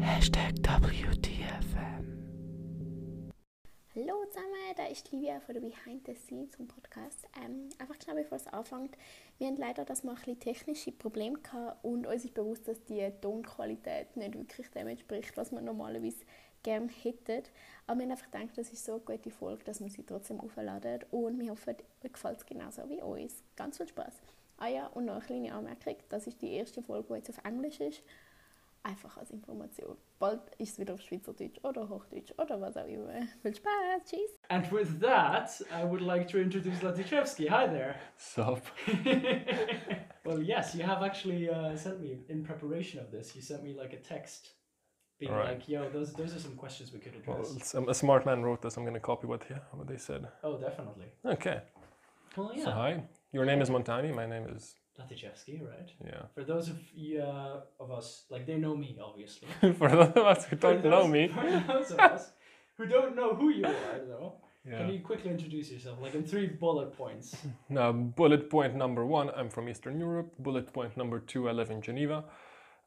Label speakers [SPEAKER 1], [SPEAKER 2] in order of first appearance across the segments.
[SPEAKER 1] Hashtag WTFM.
[SPEAKER 2] Hallo zusammen, da ist Livia von der Behind the Scenes zum Podcast. Ähm, einfach genau bevor es anfängt, wir hatten leider das mal ein bisschen technische Probleme gehabt und uns ist bewusst, dass die Tonqualität nicht wirklich dem entspricht, was wir normalerweise gerne hätten. Aber wir haben einfach gedacht, das ist so eine gute Folge, dass wir sie trotzdem aufladen und wir hoffen, euch gefällt es genauso wie uns. Ganz viel Spaß. Ah ja, und noch eine kleine Anmerkung, das ist die erste Folge, die jetzt auf Englisch ist. Einfach als Information. Bald ist es wieder auf Schweizerdeutsch oder Hochdeutsch oder was auch immer. Viel Spaß, tschüss!
[SPEAKER 3] And with that, I would like to introduce Latychevsky. Hi there.
[SPEAKER 4] Sup?
[SPEAKER 3] Well, yes, you have actually uh, sent me in preparation of this. You sent me like a text, being
[SPEAKER 4] Alright.
[SPEAKER 3] like, "Yo, those those are some questions we could
[SPEAKER 4] Well,
[SPEAKER 3] address."
[SPEAKER 4] it's- um, a smart man wrote this. I'm gonna copy what he, what they said.
[SPEAKER 3] oh, definitely.
[SPEAKER 4] Okay.
[SPEAKER 3] Well,
[SPEAKER 4] So
[SPEAKER 3] yeah,
[SPEAKER 4] hi. Your name is Montani. My name is
[SPEAKER 3] Latychevsky, right?
[SPEAKER 4] yeah.
[SPEAKER 3] For those of you, uh, of us, like they know me, obviously.
[SPEAKER 4] For those of us who
[SPEAKER 3] For
[SPEAKER 4] don't know
[SPEAKER 3] those-
[SPEAKER 4] me.
[SPEAKER 3] For those of us who don't know who you are, though,
[SPEAKER 4] Yeah.
[SPEAKER 3] can you quickly introduce yourself, like in three bullet points?
[SPEAKER 4] Now, bullet point number one. I'm from Eastern Europe. Bullet point number two. I live in Geneva.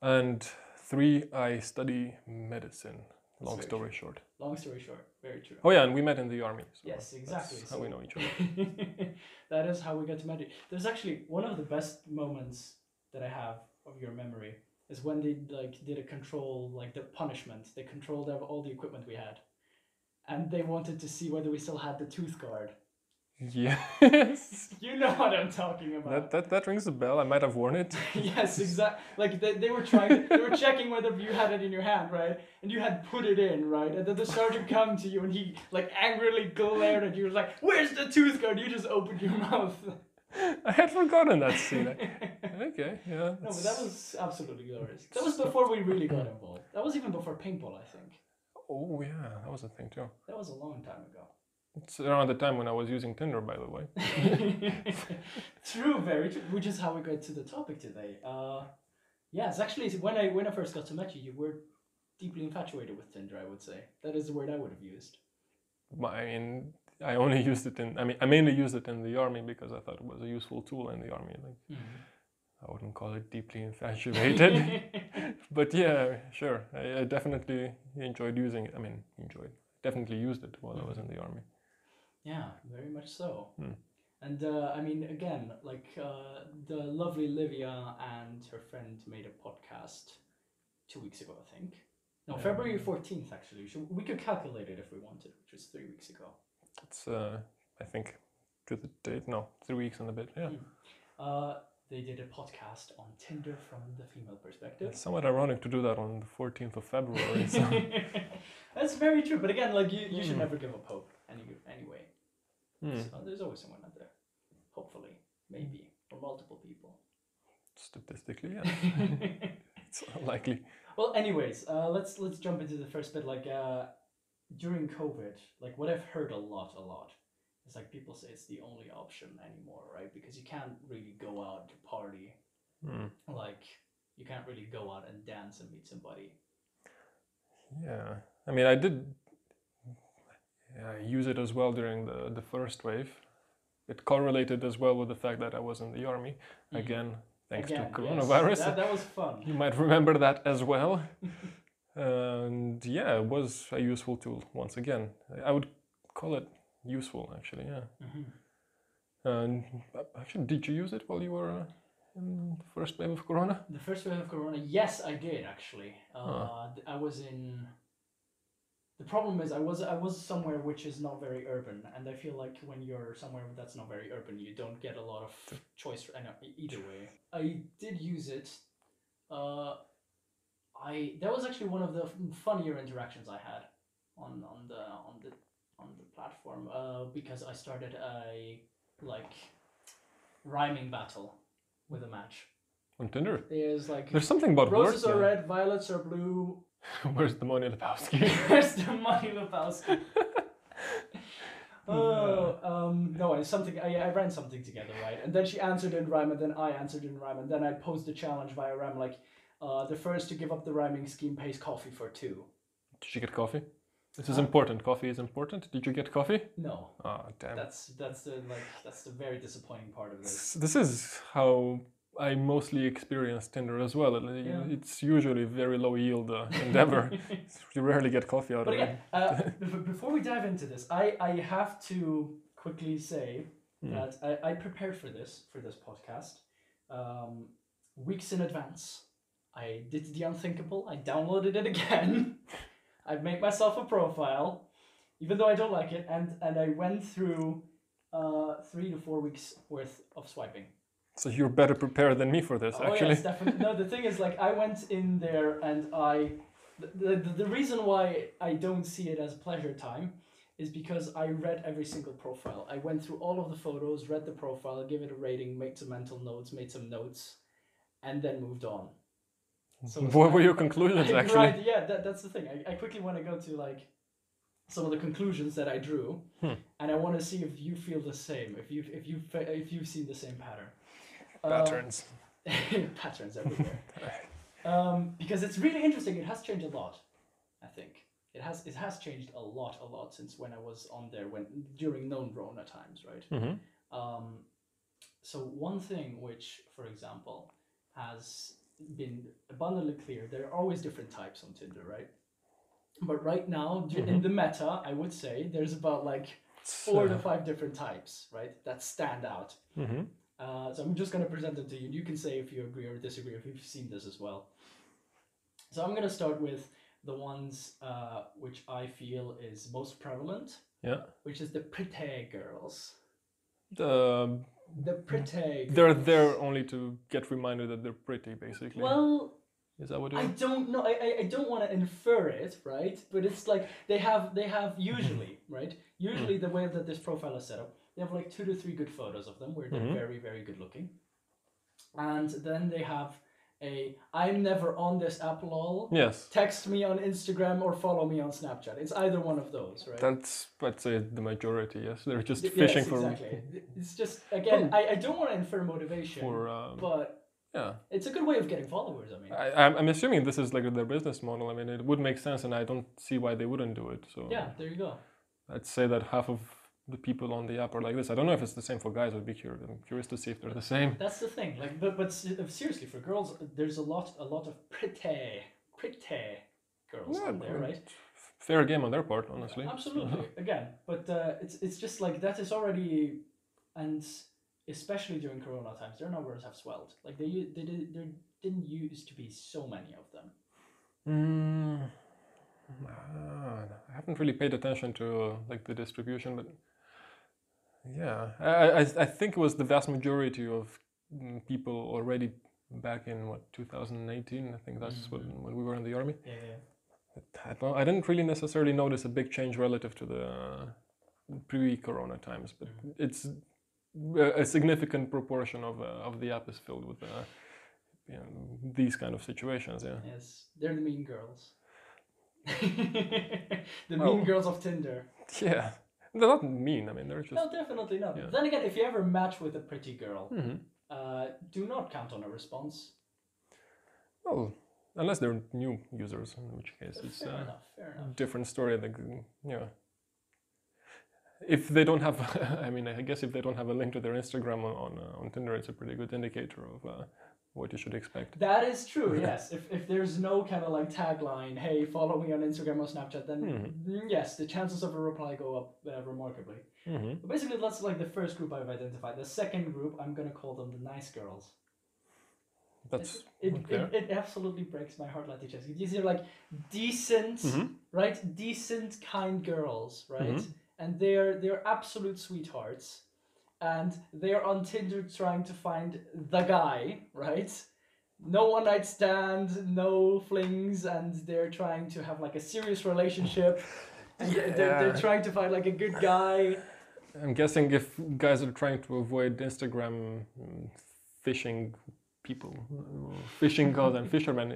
[SPEAKER 4] And three. I study medicine. Long
[SPEAKER 3] very
[SPEAKER 4] story short.
[SPEAKER 3] Long story short, very true.
[SPEAKER 4] Oh yeah, and we met in the army. So
[SPEAKER 3] Yes, exactly.
[SPEAKER 4] That's how we
[SPEAKER 3] So-
[SPEAKER 4] know each other.
[SPEAKER 3] that is how we got to meet you. There's actually one of the best moments that I have of your memory is when they like did a control, like the punishment. They controlled ev- all the equipment we had, and they wanted to see whether we still had the tooth guard.
[SPEAKER 4] Yes.
[SPEAKER 3] You know what I'm talking
[SPEAKER 4] that,
[SPEAKER 3] about.
[SPEAKER 4] that that rings a bell. I might have worn it.
[SPEAKER 3] yes, exactly. Like they, they were trying, they were checking whether you had it in your hand, right? And you had put it in, right? And then the sergeant come to you and he like angrily glared at you, was like, "Where's the tooth guard?" You just opened your mouth.
[SPEAKER 4] I had forgotten that scene. okay. Yeah.
[SPEAKER 3] No, but
[SPEAKER 4] that's-
[SPEAKER 3] that was absolutely glorious. That was before we really got involved. That was even before paintball, I think.
[SPEAKER 4] Oh yeah, that was a thing too.
[SPEAKER 3] That was a long time ago.
[SPEAKER 4] It's around the time when I was using Tinder, by the way.
[SPEAKER 3] true, very true. Which is how we got to the topic today. Uh, yes, actually, it's when I when I first got to meet you, you were deeply infatuated with Tinder. I would say that is the word I would have used.
[SPEAKER 4] But, I mean, I only used it in. I mean, I mainly used it in the army because I thought it was a useful tool in the army. Like I wouldn't call it deeply infatuated, but yeah, sure. I, I definitely enjoyed using it. I mean, enjoyed. Definitely used it while I was in the army.
[SPEAKER 3] Yeah, very much so.
[SPEAKER 4] Hmm.
[SPEAKER 3] And uh, I mean, again, like uh, the lovely Livia and her friend made a podcast two weeks ago, I think. No, February 14th, actually. Should- We could calculate it if we wanted, which was three weeks ago.
[SPEAKER 4] It's uh, I think, to the date. No, three weeks and a bit. Yeah.
[SPEAKER 3] Uh, they did a podcast on Tinder from the female perspective.
[SPEAKER 4] It's somewhat ironic to do that on the 14th of February. So.
[SPEAKER 3] That's very true. But again, like you, you should
[SPEAKER 4] Hmm.
[SPEAKER 3] never give up hope any, anyway.
[SPEAKER 4] Hmm.
[SPEAKER 3] So there's always someone out there. Hopefully, maybe, or multiple people.
[SPEAKER 4] Statistically, yeah, it's unlikely.
[SPEAKER 3] Well, anyways, uh, let's let's jump into the first bit. Like uh, during COVID, like what I've heard a lot, a lot, is like people say it's the only option anymore, right? Because you can't really go out to party.
[SPEAKER 4] Hmm.
[SPEAKER 3] Like you can't really go out and dance and meet somebody.
[SPEAKER 4] Yeah, I mean, I did uh, use it as well during the, the first wave. It correlated as well with the fact that I was in the army
[SPEAKER 3] Mhm.
[SPEAKER 4] again, thanks
[SPEAKER 3] Again,
[SPEAKER 4] to
[SPEAKER 3] yes,
[SPEAKER 4] coronavirus.
[SPEAKER 3] that, that was
[SPEAKER 4] You
[SPEAKER 3] fun.
[SPEAKER 4] might remember that as well. and yeah, it was a useful tool once again. I- I would call it useful actually. Yeah.
[SPEAKER 3] Mhm.
[SPEAKER 4] And uh, actually, did you use it while you were uh, in the first wave of Corona?
[SPEAKER 3] The first wave of Corona, yes, I did actually. Uh, th- I was in. The problem is, I was I was somewhere which is not very urban, and I feel like when you're somewhere that's not very urban, you don't get a lot of choice. I know, e- either way, I did use it. Uh, I that was actually one of the f- funnier interactions I had on on the on the on the platform uh, because I started a like rhyming battle with a match.
[SPEAKER 4] On Tinder?
[SPEAKER 3] There's like
[SPEAKER 4] There's something about
[SPEAKER 3] roses
[SPEAKER 4] words.
[SPEAKER 3] are
[SPEAKER 4] yeah.
[SPEAKER 3] red, violets are blue.
[SPEAKER 4] Where's the money, Lebowski?
[SPEAKER 3] Where's the money, Lebowski? Oh, um, no, it's something. I, I ran something together, right? And then she answered in rhyme, and then I answered in rhyme, and then I posed a challenge via rhyme, like uh, the first to give up the rhyming scheme pays coffee for two.
[SPEAKER 4] Did you get coffee? This is
[SPEAKER 3] Huh?
[SPEAKER 4] important. Coffee is important. Did you get coffee?
[SPEAKER 3] No,
[SPEAKER 4] Ah, damn.
[SPEAKER 3] that's that's the like that's the very disappointing part of this.
[SPEAKER 4] This, this is how I mostly experience Tinder as well. It- it-
[SPEAKER 3] Yeah.
[SPEAKER 4] It's usually very low yield uh, endeavor. you rarely get coffee out
[SPEAKER 3] But
[SPEAKER 4] of
[SPEAKER 3] yeah,
[SPEAKER 4] it.
[SPEAKER 3] uh, bef- before we dive into this, I, I have to quickly say that I, I prepared for this for this podcast um, weeks in advance. I did the unthinkable. I downloaded it again. I've made myself a profile, even though I don't like it, and and I went through uh, three to four weeks worth of swiping.
[SPEAKER 4] So you're better prepared than me for this,
[SPEAKER 3] Oh,
[SPEAKER 4] actually.
[SPEAKER 3] yes, definitely. No, the thing is, like, I went in there and I. The, the, the reason why I don't see it as pleasure time is because I read every single profile. I went through all of the photos, read the profile, gave it a rating, made some mental notes, made some notes, and then moved on. So it's
[SPEAKER 4] what were
[SPEAKER 3] like-
[SPEAKER 4] your conclusions,
[SPEAKER 3] I-
[SPEAKER 4] actually?
[SPEAKER 3] Right, yeah, that, that's the thing. I, I quickly want to go to like some of the conclusions that I drew,
[SPEAKER 4] Hmm.
[SPEAKER 3] and I want to see if you feel the same, if you if you fe- if you've seen the same pattern. Um,
[SPEAKER 4] Patterns.
[SPEAKER 3] patterns everywhere. um, because it's really interesting. It has changed a lot. I think it has it has changed a lot, a lot since when I was on there when during known Rona times, right?
[SPEAKER 4] Mhm.
[SPEAKER 3] Um, so one thing which, for example, has been abundantly clear, there are always different types on Tinder, right? But right now, d- in the meta, I would say there's about like four to
[SPEAKER 4] So-
[SPEAKER 3] five different types, right? That stand out.
[SPEAKER 4] Mhm.
[SPEAKER 3] Uh, so I'm just going to present them to you. You can say if you agree or disagree, if you've seen this as well. So I'm going to start with the ones uh, which I feel is most prevalent,
[SPEAKER 4] Yeah.
[SPEAKER 3] which is the pretty girls.
[SPEAKER 4] The,
[SPEAKER 3] The pretty.
[SPEAKER 4] they're
[SPEAKER 3] girls.
[SPEAKER 4] there only to get reminded that they're pretty, basically.
[SPEAKER 3] Well,
[SPEAKER 4] Is that what you
[SPEAKER 3] I don't know. I, I, I don't want to infer it, right? But it's like they have they have usually
[SPEAKER 4] Mm-hmm.
[SPEAKER 3] right.
[SPEAKER 4] Mm.
[SPEAKER 3] Usually the way that this profile is set up, they have like two to three good photos of them where they're
[SPEAKER 4] Mhm.
[SPEAKER 3] very very good looking, and then they have a I'm never on this app lol.
[SPEAKER 4] Yes.
[SPEAKER 3] Text me on Instagram or follow me on Snapchat. It's either one of those, right?
[SPEAKER 4] That's, I'd say, the majority, yes. They're just
[SPEAKER 3] Y-
[SPEAKER 4] fishing
[SPEAKER 3] yes,
[SPEAKER 4] for, Hmm.
[SPEAKER 3] exactly. It's just again, I, I don't want to infer motivation,
[SPEAKER 4] for um,
[SPEAKER 3] but
[SPEAKER 4] yeah.
[SPEAKER 3] it's a good way of getting followers. I mean,
[SPEAKER 4] I, I'm, I'm assuming this is like their business model. I mean, it would make sense, and I don't see why they wouldn't do it. So
[SPEAKER 3] yeah, there you go.
[SPEAKER 4] I'd say that half of the people on the app are like this. I don't know if it's the same for guys. I'd be curious. I'm curious to see if they're the same.
[SPEAKER 3] That's the thing, like, but but se- uh, seriously, for girls, there's a lot, a lot of pretty, pretty girls
[SPEAKER 4] Yeah,
[SPEAKER 3] out there,
[SPEAKER 4] but
[SPEAKER 3] right?
[SPEAKER 4] Fair game on their part, honestly.
[SPEAKER 3] Absolutely, again, but uh, it's it's just like that is already, and especially during Corona times, their numbers have swelled. Like they u- they did, there didn't used to be so many of them.
[SPEAKER 4] Mm, ah, I haven't really paid attention to uh, like the distribution, but yeah, I, I I- I think it was the vast majority of mm, people already back in what 2018. I think that's when, when we were in the army.
[SPEAKER 3] Yeah, yeah.
[SPEAKER 4] I, don't, I didn't really necessarily notice a big change relative to the uh, pre-corona times, but
[SPEAKER 3] Mm-hmm.
[SPEAKER 4] it's a a significant proportion of, uh, of the app is filled with uh, you know, these kind of situations. Yeah,
[SPEAKER 3] Yes, they're the mean girls. the
[SPEAKER 4] Well-
[SPEAKER 3] mean girls of Tinder.
[SPEAKER 4] yeah, they're not mean. I mean, they're just
[SPEAKER 3] No, definitely not.
[SPEAKER 4] yeah.
[SPEAKER 3] Then again, if you ever match with a pretty girl,
[SPEAKER 4] Mhm.
[SPEAKER 3] uh, do not count on a response.
[SPEAKER 4] well, unless they're new users, in which case it's
[SPEAKER 3] fair
[SPEAKER 4] uh,
[SPEAKER 3] enough. Fair enough.
[SPEAKER 4] different story. Like, yeah. If they don't have, I mean, I guess if they don't have a link to their Instagram on on, uh, on Tinder, it's a pretty good indicator of uh, what you should expect.
[SPEAKER 3] That is true. Yes. If, if there's no kind of like tagline, hey, follow me on Instagram or Snapchat, then
[SPEAKER 4] Hmm.
[SPEAKER 3] mm, yes, the chances of a reply go up uh, remarkably.
[SPEAKER 4] Mhm.
[SPEAKER 3] But basically, that's like the first group I've identified. The second group, I'm gonna call them the nice girls.
[SPEAKER 4] That's
[SPEAKER 3] It,
[SPEAKER 4] okay.
[SPEAKER 3] it, it absolutely breaks my heart, Lati Chesky. These are like decent,
[SPEAKER 4] Mm-hmm.
[SPEAKER 3] right? Decent, kind girls, right? And they're they're absolute sweethearts, and they're on Tinder trying to find the guy, right? No one night stand, no flings, and they're trying to have like a serious relationship. And they're, they're, they're
[SPEAKER 4] Yeah.
[SPEAKER 3] trying to find like a good guy.
[SPEAKER 4] I'm guessing if guys are trying to avoid Instagram mm, phishing people, uh, fishing girls and fishermen,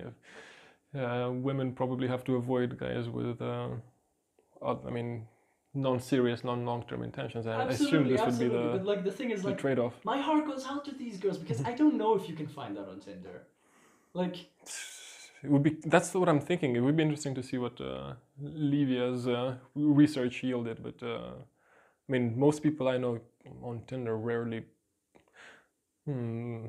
[SPEAKER 4] uh, women probably have to avoid guys with, uh, oth- I mean, non-serious, non-long-term intentions. I I assume
[SPEAKER 3] Absolutely,
[SPEAKER 4] this would be
[SPEAKER 3] absolutely.
[SPEAKER 4] the,
[SPEAKER 3] but like the thing is,
[SPEAKER 4] the
[SPEAKER 3] like
[SPEAKER 4] trade-off.
[SPEAKER 3] my heart goes out to these girls because I don't know if you can find that on Tinder. Like,
[SPEAKER 4] It would be. That's what I'm thinking. It would be interesting to see what uh, Livia's uh, research yielded. But uh, I mean, most people I know on Tinder rarely. hmm,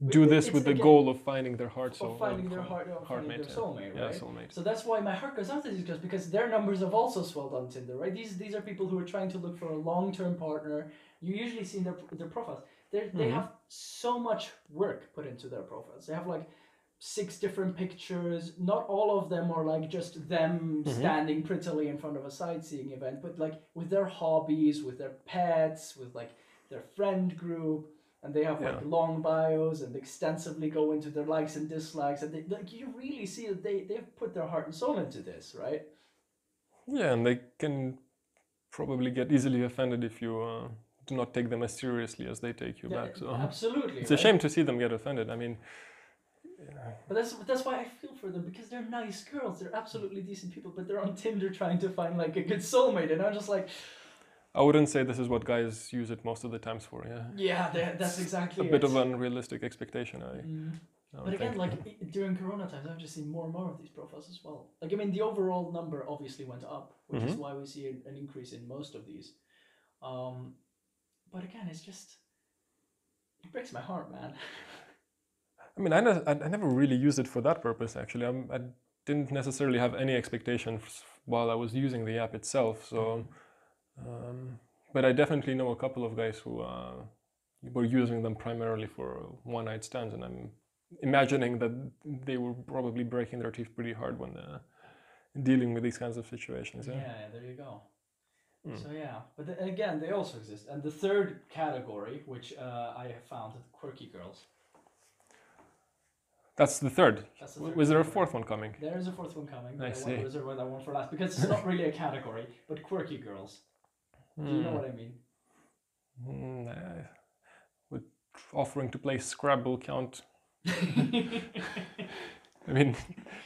[SPEAKER 3] But
[SPEAKER 4] do
[SPEAKER 3] it-
[SPEAKER 4] this
[SPEAKER 3] it's
[SPEAKER 4] with the
[SPEAKER 3] again-
[SPEAKER 4] goal of finding their heart soul.
[SPEAKER 3] Of finding their
[SPEAKER 4] heart-
[SPEAKER 3] heart, of finding their
[SPEAKER 4] yeah.
[SPEAKER 3] soulmate,
[SPEAKER 4] Yeah,
[SPEAKER 3] right?
[SPEAKER 4] soulmate.
[SPEAKER 3] So that's why my heart goes out to these girls because their numbers have also swelled on Tinder, right? These these are people who are trying to look for a long term partner. You usually see in their their profiles. They they
[SPEAKER 4] Mhm.
[SPEAKER 3] have so much work put into their profiles. They have like six different pictures. Not all of them are like just them
[SPEAKER 4] Mhm.
[SPEAKER 3] standing prettily in front of a sightseeing event, but like with their hobbies, with their pets, with like their friend group. And they have like
[SPEAKER 4] Yeah.
[SPEAKER 3] long bios and extensively go into their likes and dislikes, and they like you really see that they they've put their heart and soul into this, right?
[SPEAKER 4] Yeah, and they can probably get easily offended if you uh, do not take them as seriously as they take you
[SPEAKER 3] Yeah,
[SPEAKER 4] back. So
[SPEAKER 3] Absolutely,
[SPEAKER 4] it's a
[SPEAKER 3] right?
[SPEAKER 4] shame to see them get offended. I mean,
[SPEAKER 3] But that's that's why I feel for them because they're nice girls, they're absolutely decent people, but they're on Tinder trying to find like a good soulmate, and I'm just like,
[SPEAKER 4] I wouldn't say this is what guys use it most of the times for. Yeah,
[SPEAKER 3] yeah, tha- that's
[SPEAKER 4] a
[SPEAKER 3] exactly
[SPEAKER 4] bit
[SPEAKER 3] it.
[SPEAKER 4] of unrealistic expectation. I,
[SPEAKER 3] Mm.
[SPEAKER 4] I would
[SPEAKER 3] But again,
[SPEAKER 4] think.
[SPEAKER 3] like i- during Corona times, I've just seen more and more of these profiles as well. Like I mean, the overall number obviously went up, which is
[SPEAKER 4] Mhm.
[SPEAKER 3] why we see an an increase in most of these. Um, but again, it's just it breaks my heart, man.
[SPEAKER 4] I mean, I, ne- I I never really used it for that purpose. Actually, I'm, I didn't necessarily have any expectations while I was using the app itself. So,
[SPEAKER 3] Mm-hmm.
[SPEAKER 4] um, but I definitely know a couple of guys who uh, were using them primarily for one night stands, and I'm imagining that they were probably breaking their teeth pretty hard when uh, dealing with these kinds of situations.
[SPEAKER 3] Yeah,
[SPEAKER 4] Yeah.
[SPEAKER 3] there you go.
[SPEAKER 4] Mm.
[SPEAKER 3] So yeah, but the- again, they also exist. And the third category, which uh, I have found, are quirky girls.
[SPEAKER 4] That's the third.
[SPEAKER 3] That's the
[SPEAKER 4] W-
[SPEAKER 3] third
[SPEAKER 4] Was there a
[SPEAKER 3] category.
[SPEAKER 4] fourth one coming?
[SPEAKER 3] There is a fourth one coming. but
[SPEAKER 4] I
[SPEAKER 3] I want
[SPEAKER 4] see.
[SPEAKER 3] to reserve that one for last because it's not really a category, but quirky girls. Do you know
[SPEAKER 4] Hmm.
[SPEAKER 3] what I mean?
[SPEAKER 4] Mm, uh, would offering to play Scrabble count? I mean,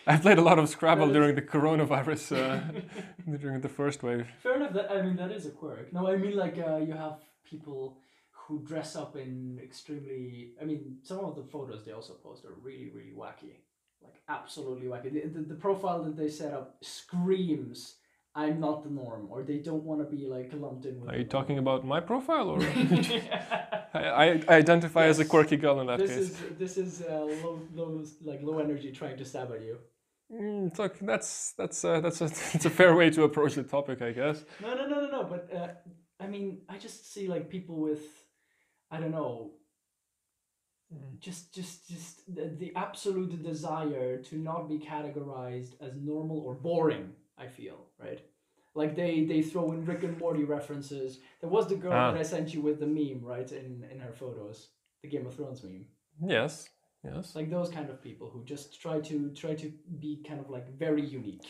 [SPEAKER 4] I played a lot of Scrabble
[SPEAKER 3] is-
[SPEAKER 4] during the coronavirus, uh, during the first wave.
[SPEAKER 3] Fair enough. That I mean, that is a quirk. No, I mean like uh, you have people who dress up in extremely. I mean, some of the photos they also post are really, really wacky. Like absolutely wacky. The, the, the profile that they set up screams, "I'm not the norm," or they don't want to be like lumped in with.
[SPEAKER 4] Are
[SPEAKER 3] the
[SPEAKER 4] you
[SPEAKER 3] norm."
[SPEAKER 4] talking about my profile or? I, I I identify as a
[SPEAKER 3] Yes.
[SPEAKER 4] quirky girl in that
[SPEAKER 3] this
[SPEAKER 4] case.
[SPEAKER 3] is this is uh, low, low, like low energy trying to stab at you.
[SPEAKER 4] Mm, it's okay. that's that's uh, that's a, it's a fair way to approach the topic, I guess.
[SPEAKER 3] No, no, no, no, no. But uh, I mean, I just see like people with, I don't know,
[SPEAKER 4] Mm.
[SPEAKER 3] just, just, just the, the absolute desire to not be categorized as normal or boring. I feel right. Like they they throw in Rick and Morty references. There was the girl
[SPEAKER 4] Ah.
[SPEAKER 3] that I sent you with the meme, right? In in her photos, the Game of Thrones meme.
[SPEAKER 4] Yes, yes.
[SPEAKER 3] It's like those kind of people who just try to try to be kind of like very unique.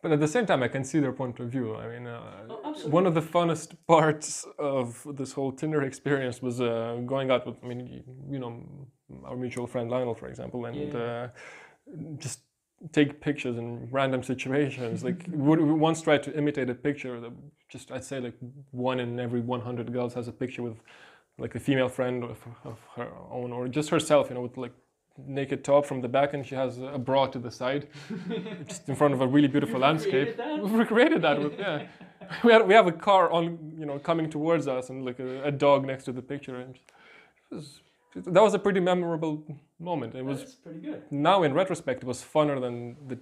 [SPEAKER 4] But at the same time, I can see their point of view. I mean, uh,
[SPEAKER 3] Oh, absolutely.
[SPEAKER 4] one of the funnest parts of this whole Tinder experience was uh, going out with, I mean, you, you know, our mutual friend Lionel, for example, and
[SPEAKER 3] Yeah.
[SPEAKER 4] uh, just take pictures in random situations. like, would we once tried to imitate a picture. That just I'd say like one in every 100 girls has a picture with like a female friend of, of her own, or just herself, you know, with like naked top from the back, and she has a bra to the side just in front of a really beautiful landscape.
[SPEAKER 3] recreated that?
[SPEAKER 4] We've recreated that with yeah. we, had, we have a car on you know coming towards us and like a, a dog next to the picture and it was, that was a pretty memorable moment. It was
[SPEAKER 3] That's pretty good.
[SPEAKER 4] now in retrospect it was funner than the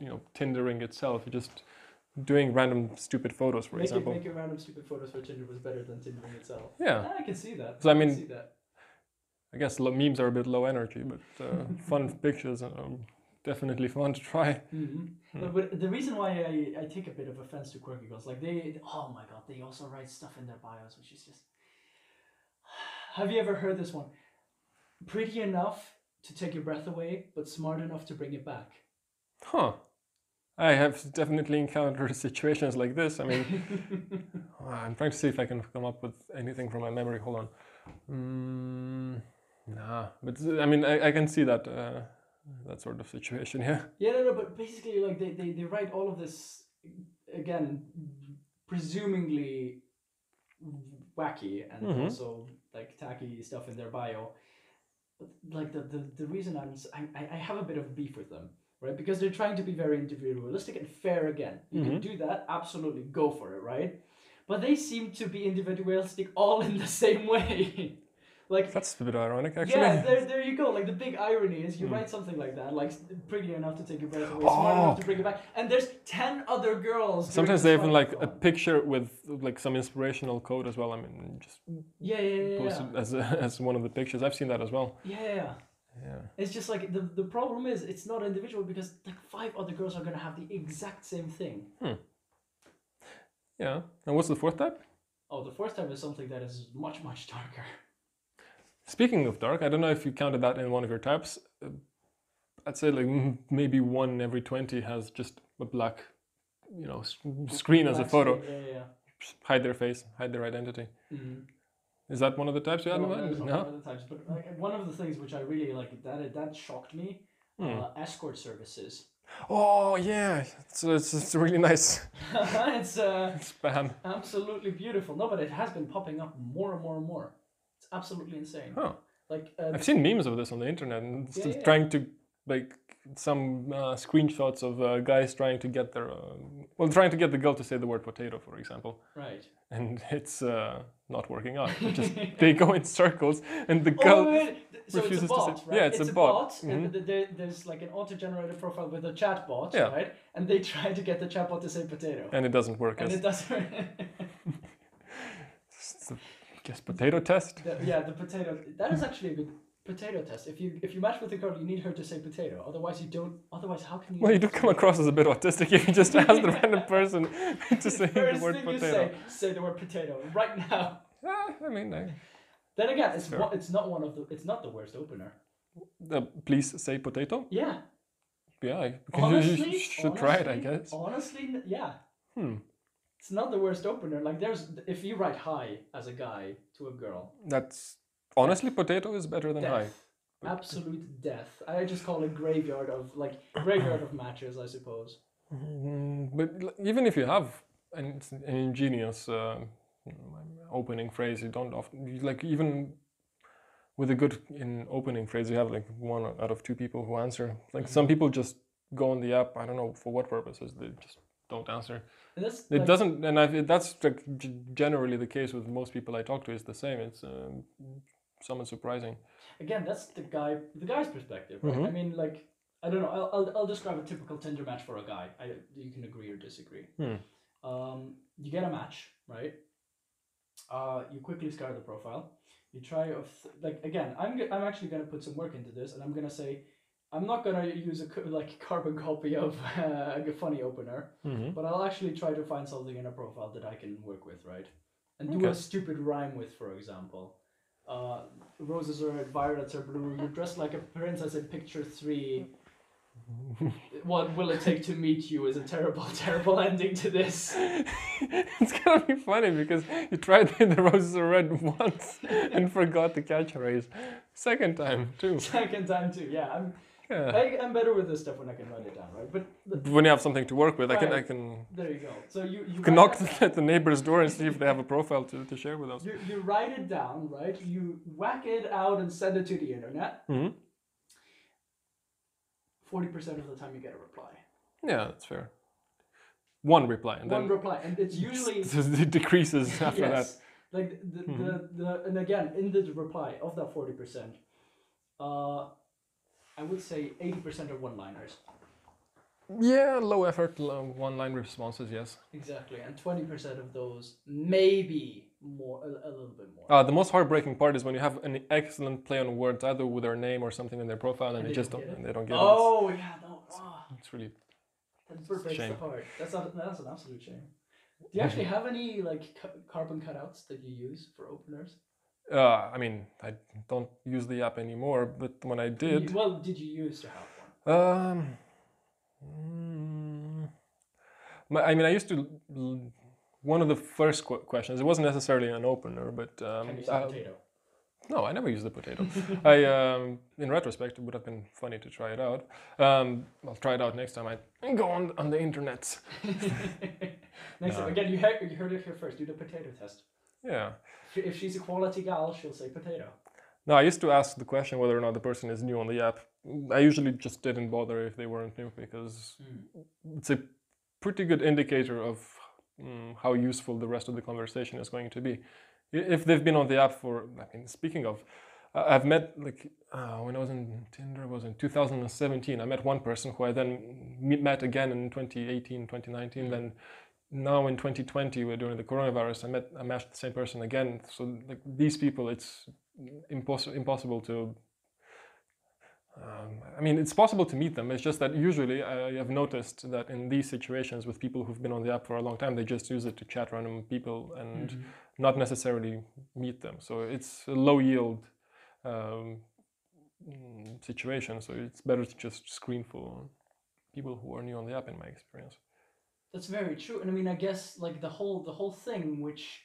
[SPEAKER 4] you know Tindering itself. Just doing random stupid photos, for
[SPEAKER 3] Make
[SPEAKER 4] example.
[SPEAKER 3] It, making random stupid photos for Tinder was better than Tinder itself.
[SPEAKER 4] yeah,
[SPEAKER 3] I can see that.
[SPEAKER 4] So, I
[SPEAKER 3] can
[SPEAKER 4] mean-
[SPEAKER 3] see that.
[SPEAKER 4] I guess lo- memes are a bit low energy, but uh, fun pictures are definitely fun to try.
[SPEAKER 3] Mhm.
[SPEAKER 4] Hmm.
[SPEAKER 3] But, but the reason why I, I take a bit of offense to quirky girls, like they, oh my god, they also write stuff in their bios, which is just. Have you ever heard this one? Pretty enough to take your breath away, but smart enough to bring it back.
[SPEAKER 4] Huh. I have definitely encountered situations like this. I mean, uh, I'm trying to see if I can come up with anything from my memory. Hold on. Mm, nah, but s- I mean, I, I can see that uh, that sort of situation. Yeah.
[SPEAKER 3] Yeah, no, no, but basically, like they, they, they write all of this again, presumably wacky and
[SPEAKER 4] Mhm.
[SPEAKER 3] also like tacky stuff in their bio. But like the, the, the reason I'm s- I, I- I have a bit of beef with them, right? Because they're trying to be very individualistic and fair again. You can do that, absolutely go for it, right? But they seem to be individualistic all in the same way. Like
[SPEAKER 4] That's a bit ironic, actually. Hmm.
[SPEAKER 3] yeah, there, there you go. Like the big irony is you write something like that, like s- pretty enough to take your breath away, smart
[SPEAKER 4] Oh.
[SPEAKER 3] enough to bring it back, and there's ten other girls. during
[SPEAKER 4] Sometimes
[SPEAKER 3] the
[SPEAKER 4] they even like
[SPEAKER 3] phone
[SPEAKER 4] a
[SPEAKER 3] call.
[SPEAKER 4] picture with like some inspirational quote as well. I mean, just
[SPEAKER 3] yeah, yeah, yeah,
[SPEAKER 4] post
[SPEAKER 3] yeah.
[SPEAKER 4] it as as one of the pictures. I've seen that as well.
[SPEAKER 3] yeah, yeah, yeah.
[SPEAKER 4] Yeah.
[SPEAKER 3] It's just like the the problem is it's not individual because like five other girls are gonna have the exact same thing.
[SPEAKER 4] Yeah. And what's the fourth type?
[SPEAKER 3] Oh, the fourth type is something that is much much darker.
[SPEAKER 4] Speaking of dark, I don't know if you counted that in one of your types. Uh, I'd say like m- maybe one in every twenty has just a black, you know, s- screen as a
[SPEAKER 3] Black
[SPEAKER 4] photo.
[SPEAKER 3] screen, Yeah, yeah.
[SPEAKER 4] Just hide their face, hide their identity.
[SPEAKER 3] yeah. Mhm.
[SPEAKER 4] Is that one of the types you had in
[SPEAKER 3] No, that is
[SPEAKER 4] mind?
[SPEAKER 3] not one
[SPEAKER 4] No.
[SPEAKER 3] of the types, but like, one of the things which I really like that that shocked me,
[SPEAKER 4] Hmm.
[SPEAKER 3] uh, escort services.
[SPEAKER 4] Oh yeah, it's, it's, it's really nice
[SPEAKER 3] it's uh,
[SPEAKER 4] spam.
[SPEAKER 3] Absolutely beautiful. No, but it has been popping up more and more and more. It's absolutely insane.
[SPEAKER 4] Huh.
[SPEAKER 3] Like, uh,
[SPEAKER 4] I've seen memes of this on the internet and
[SPEAKER 3] Yeah,
[SPEAKER 4] still
[SPEAKER 3] yeah.
[SPEAKER 4] trying to like some uh, screenshots of uh, guys trying to get their uh, well trying to get the girl to say the word potato for example
[SPEAKER 3] right.
[SPEAKER 4] and it's uh, not working out It just they go in circles and the girl
[SPEAKER 3] oh, wait, wait, So it's a
[SPEAKER 4] refuses to
[SPEAKER 3] bot,
[SPEAKER 4] say-
[SPEAKER 3] right?
[SPEAKER 4] yeah, it's a bot. Mm-hmm.
[SPEAKER 3] and th- there- there's like an auto-generated profile with a chat bot,
[SPEAKER 4] Yeah.
[SPEAKER 3] right? And they try to get the chat bot to say potato,
[SPEAKER 4] and it doesn't work
[SPEAKER 3] and
[SPEAKER 4] as
[SPEAKER 3] it doesn't.
[SPEAKER 4] it's the- guess potato test
[SPEAKER 3] The- yeah, the potato. That is actually a good potato test. If you if you match with the girl, you need her to say potato. Otherwise, you don't. Otherwise, how can you?
[SPEAKER 4] well you do come across as a bit autistic if you just ask the random person to say the
[SPEAKER 3] First
[SPEAKER 4] word
[SPEAKER 3] thing you
[SPEAKER 4] potato
[SPEAKER 3] say, say the word potato right now.
[SPEAKER 4] Ah, I mean I,
[SPEAKER 3] Then again, it's
[SPEAKER 4] Fair.
[SPEAKER 3] one, it's not one of the it's not the worst opener.
[SPEAKER 4] uh, please say potato
[SPEAKER 3] Yeah,
[SPEAKER 4] yeah I-
[SPEAKER 3] honestly,
[SPEAKER 4] you should try it I
[SPEAKER 3] honestly-
[SPEAKER 4] guess
[SPEAKER 3] Honestly, n- yeah,
[SPEAKER 4] hmm
[SPEAKER 3] it's not the worst opener. Like there's if you write hi as a guy to a girl,
[SPEAKER 4] That's honestly, potato is better than high.
[SPEAKER 3] death, absolute death. I just call it graveyard of like graveyard of matches, I suppose.
[SPEAKER 4] Mm, But l- even if you have an, it's an ingenious uh, mm, opening phrase, you don't often you- like even with a good in opening phrase, you have like one out of two people who answer. Like some people just go on the app. I don't know for what purposes they just don't answer.
[SPEAKER 3] And that's
[SPEAKER 4] It
[SPEAKER 3] like,
[SPEAKER 4] doesn't, and I've, that's like g- generally the case with most people I talk to. It's the same. It's um, somewhat surprising.
[SPEAKER 3] again. That's the guy the guy's perspective. Right?
[SPEAKER 4] Mhm.
[SPEAKER 3] I mean, like I don't know. I'll, I'll I'll describe a typical Tinder match for a guy. I you can agree or disagree.
[SPEAKER 4] Hmm.
[SPEAKER 3] um, you get a match, right? Uh, you quickly scour the profile. You try of like again. I'm g- I'm actually gonna put some work into this, and I'm gonna say, I'm not gonna use a co- like carbon copy of uh, a funny opener,
[SPEAKER 4] Mm-hmm.
[SPEAKER 3] but I'll actually try to find something in a profile that I can work with, right? And do
[SPEAKER 4] Okay.
[SPEAKER 3] a stupid rhyme with, for example. Uh, roses are red, violets are blue. You're dressed like a princess in picture three. What will it take to meet you? Is a terrible, terrible ending to this.
[SPEAKER 4] it's gonna be funny because you tried the roses are red once and forgot the catchphrase. Second time too.
[SPEAKER 3] Second time too, yeah. I'm
[SPEAKER 4] Yeah.
[SPEAKER 3] I, I'm better with this stuff when I can write it down, right? But th-
[SPEAKER 4] When you have something to work with, I can I
[SPEAKER 3] Right.
[SPEAKER 4] can
[SPEAKER 3] there you go. So you you
[SPEAKER 4] you
[SPEAKER 3] write
[SPEAKER 4] can knock
[SPEAKER 3] that down.
[SPEAKER 4] at the neighbor's door and see if they have a profile to, to share with us.
[SPEAKER 3] you you write it down, right? You whack it out and send it to the internet.
[SPEAKER 4] Mhm.
[SPEAKER 3] Forty percent of the time, you get a reply.
[SPEAKER 4] Yeah, that's fair. One reply and
[SPEAKER 3] One
[SPEAKER 4] then
[SPEAKER 3] reply, and it's usually
[SPEAKER 4] it decreases after
[SPEAKER 3] yes.
[SPEAKER 4] that. Hmm.
[SPEAKER 3] Like the, the, the and again in the reply of that forty percent, uh, I would say eighty percent are one-liners.
[SPEAKER 4] Yeah, low effort, low one-line responses. Yes.
[SPEAKER 3] Exactly, and twenty percent of those maybe more a, a little bit more.
[SPEAKER 4] Uh, the most heartbreaking part is when you have an excellent play on words, either with their name or something in their profile, and,
[SPEAKER 3] And
[SPEAKER 4] they
[SPEAKER 3] they
[SPEAKER 4] just
[SPEAKER 3] don't
[SPEAKER 4] don't,
[SPEAKER 3] get it?
[SPEAKER 4] and they don't get it.
[SPEAKER 3] Oh yeah, no, ah,
[SPEAKER 4] It's- It's really
[SPEAKER 3] that bur- breaks
[SPEAKER 4] shame.
[SPEAKER 3] the heart. That's not, that's an absolute shame. Do you actually have any like ca- carbon cutouts that you use for openers?
[SPEAKER 4] Uh, I mean, I don't use the app anymore, but when I
[SPEAKER 3] You-
[SPEAKER 4] did,
[SPEAKER 3] well, did you use to have one?
[SPEAKER 4] um, mm, my, I mean, I used to. l- One of the first qu- questions. It wasn't necessarily an opener, but um,
[SPEAKER 3] Can you
[SPEAKER 4] uh,
[SPEAKER 3] say potato?
[SPEAKER 4] no, I never used the potato. I, um, in retrospect, it would have been funny to try it out. Um, I'll try it out next time I go on on the internet.
[SPEAKER 3] Next time, again, you heard, you heard it here first. Do the potato test.
[SPEAKER 4] Yeah.
[SPEAKER 3] If if she's a quality gal, she'll say potato.
[SPEAKER 4] No, I used to ask the question whether or not the person is new on the app. I usually just didn't bother if they weren't new because it's a pretty good indicator of mm, how useful the rest of the conversation is going to be. I- if they've been on the app for i mean speaking of I- i've met like uh, when i was in tinder it was in 2017 i met one person who i then m- met again in 2018 2019 then now in 2020 we're during the coronavirus i met i matched the same person again so like these people it's impossible impossible to um, I mean, it's possible to meet them. It's just that usually I have noticed that in these situations with people who've been on the app for a long time, they just use it to chat random people and not necessarily meet them. So it's a low yield um, mm, situation. So it's better to just screen for people who are new on the app, in my experience.
[SPEAKER 3] That's very true, and I mean, I guess like the whole the whole thing, which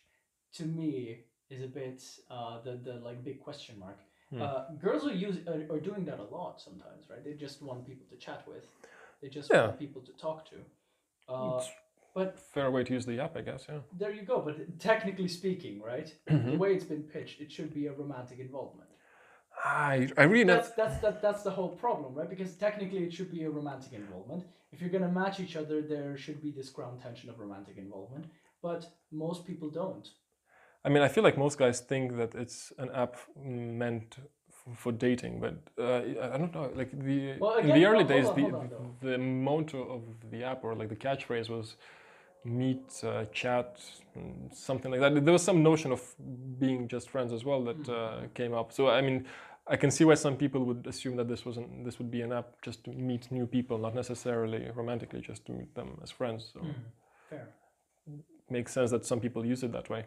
[SPEAKER 3] to me is a bit uh, the the like big question mark.
[SPEAKER 4] Hmm.
[SPEAKER 3] Uh, girls are use are, are doing that a lot sometimes, right? They just want people to chat with, they just
[SPEAKER 4] Yeah.
[SPEAKER 3] want people to talk to. Uh,
[SPEAKER 4] It's-
[SPEAKER 3] but
[SPEAKER 4] Fair way to use the app, I guess. Yeah.
[SPEAKER 3] there you go. But technically speaking, right,
[SPEAKER 4] Mm-hmm.
[SPEAKER 3] the way it's been pitched, it should be a romantic involvement.
[SPEAKER 4] I I really not.
[SPEAKER 3] That's that's that, that's the whole problem, right? Because technically, it should be a romantic involvement. If you're gonna match each other, there should be this ground tension of romantic involvement. But most people don't.
[SPEAKER 4] I mean, I feel like most guys think that it's an app meant f- for dating, but uh, I I don't know. Like the
[SPEAKER 3] Well,
[SPEAKER 4] in
[SPEAKER 3] again,
[SPEAKER 4] the early
[SPEAKER 3] no, hold
[SPEAKER 4] days,
[SPEAKER 3] on,
[SPEAKER 4] the
[SPEAKER 3] hold on, though.
[SPEAKER 4] the motto of the app or like the catchphrase was meet, uh, chat, mm, something like that. There was some notion of being just friends as well that
[SPEAKER 3] Mm-hmm.
[SPEAKER 4] uh, came up. So I mean. I can see why some people would assume that this wasn't this would be an app just to meet new people, not necessarily romantically, just to meet them as friends. So
[SPEAKER 3] Mm. Fair.
[SPEAKER 4] makes sense that some people use it that way.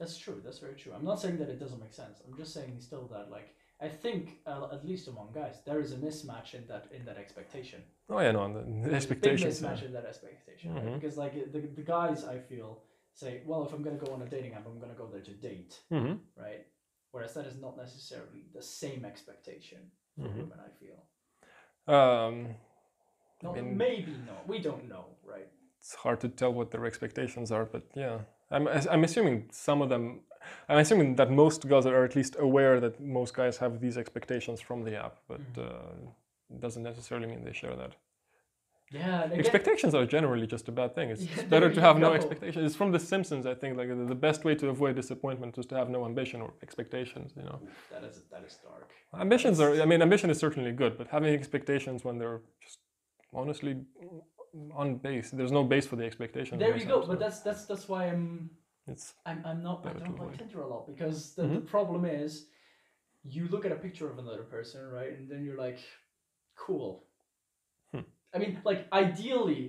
[SPEAKER 3] That's true. That's very true. I'm not saying that it doesn't make sense. I'm just saying still that like I think uh, at least among guys there is a mismatch in that in that expectation.
[SPEAKER 4] Oh yeah, no, the, the
[SPEAKER 3] There's a Big
[SPEAKER 4] expectations. uh, yeah. Mm-hmm.
[SPEAKER 3] mismatch in that expectation right? because like the, the guys I feel say, well, if I'm gonna go on a dating app, I'm gonna go there to date,
[SPEAKER 4] Mhm.
[SPEAKER 3] right? Whereas that is not necessarily the same expectation for
[SPEAKER 4] Mm-hmm.
[SPEAKER 3] women. I feel.
[SPEAKER 4] Um,
[SPEAKER 3] No,
[SPEAKER 4] mean-
[SPEAKER 3] maybe not. We don't know, right?
[SPEAKER 4] it's hard to tell what their expectations are, but yeah, I'm as- I'm assuming some of them. I'm assuming that most girls are at least aware that most guys have these expectations from the app, but
[SPEAKER 3] Mm-hmm.
[SPEAKER 4] uh, it doesn't necessarily mean they share that.
[SPEAKER 3] Yeah. and again-
[SPEAKER 4] Expectations are generally just a bad thing. It's,
[SPEAKER 3] Yeah,
[SPEAKER 4] it's
[SPEAKER 3] there
[SPEAKER 4] better
[SPEAKER 3] you
[SPEAKER 4] to have no
[SPEAKER 3] go.
[SPEAKER 4] expectations. It's from The Simpsons, I think. Like the the best way to avoid disappointment is to have no ambition or expectations. You know,
[SPEAKER 3] Oof, that is that is dark.
[SPEAKER 4] ambitions are. I mean, ambition is certainly good, but having expectations when they're just honestly on base, there's no base for the expectations.
[SPEAKER 3] There
[SPEAKER 4] in a
[SPEAKER 3] you go.
[SPEAKER 4] sense,
[SPEAKER 3] But
[SPEAKER 4] so
[SPEAKER 3] that's that's that's why I'm
[SPEAKER 4] it's
[SPEAKER 3] I'm, I'm not I
[SPEAKER 4] Better to
[SPEAKER 3] don't like
[SPEAKER 4] avoid.
[SPEAKER 3] Tinder a lot because the,
[SPEAKER 4] Mm-hmm.
[SPEAKER 3] the problem is you look at a picture of another person, right? And then you're like, cool.
[SPEAKER 4] Hmm.
[SPEAKER 3] I mean, like ideally,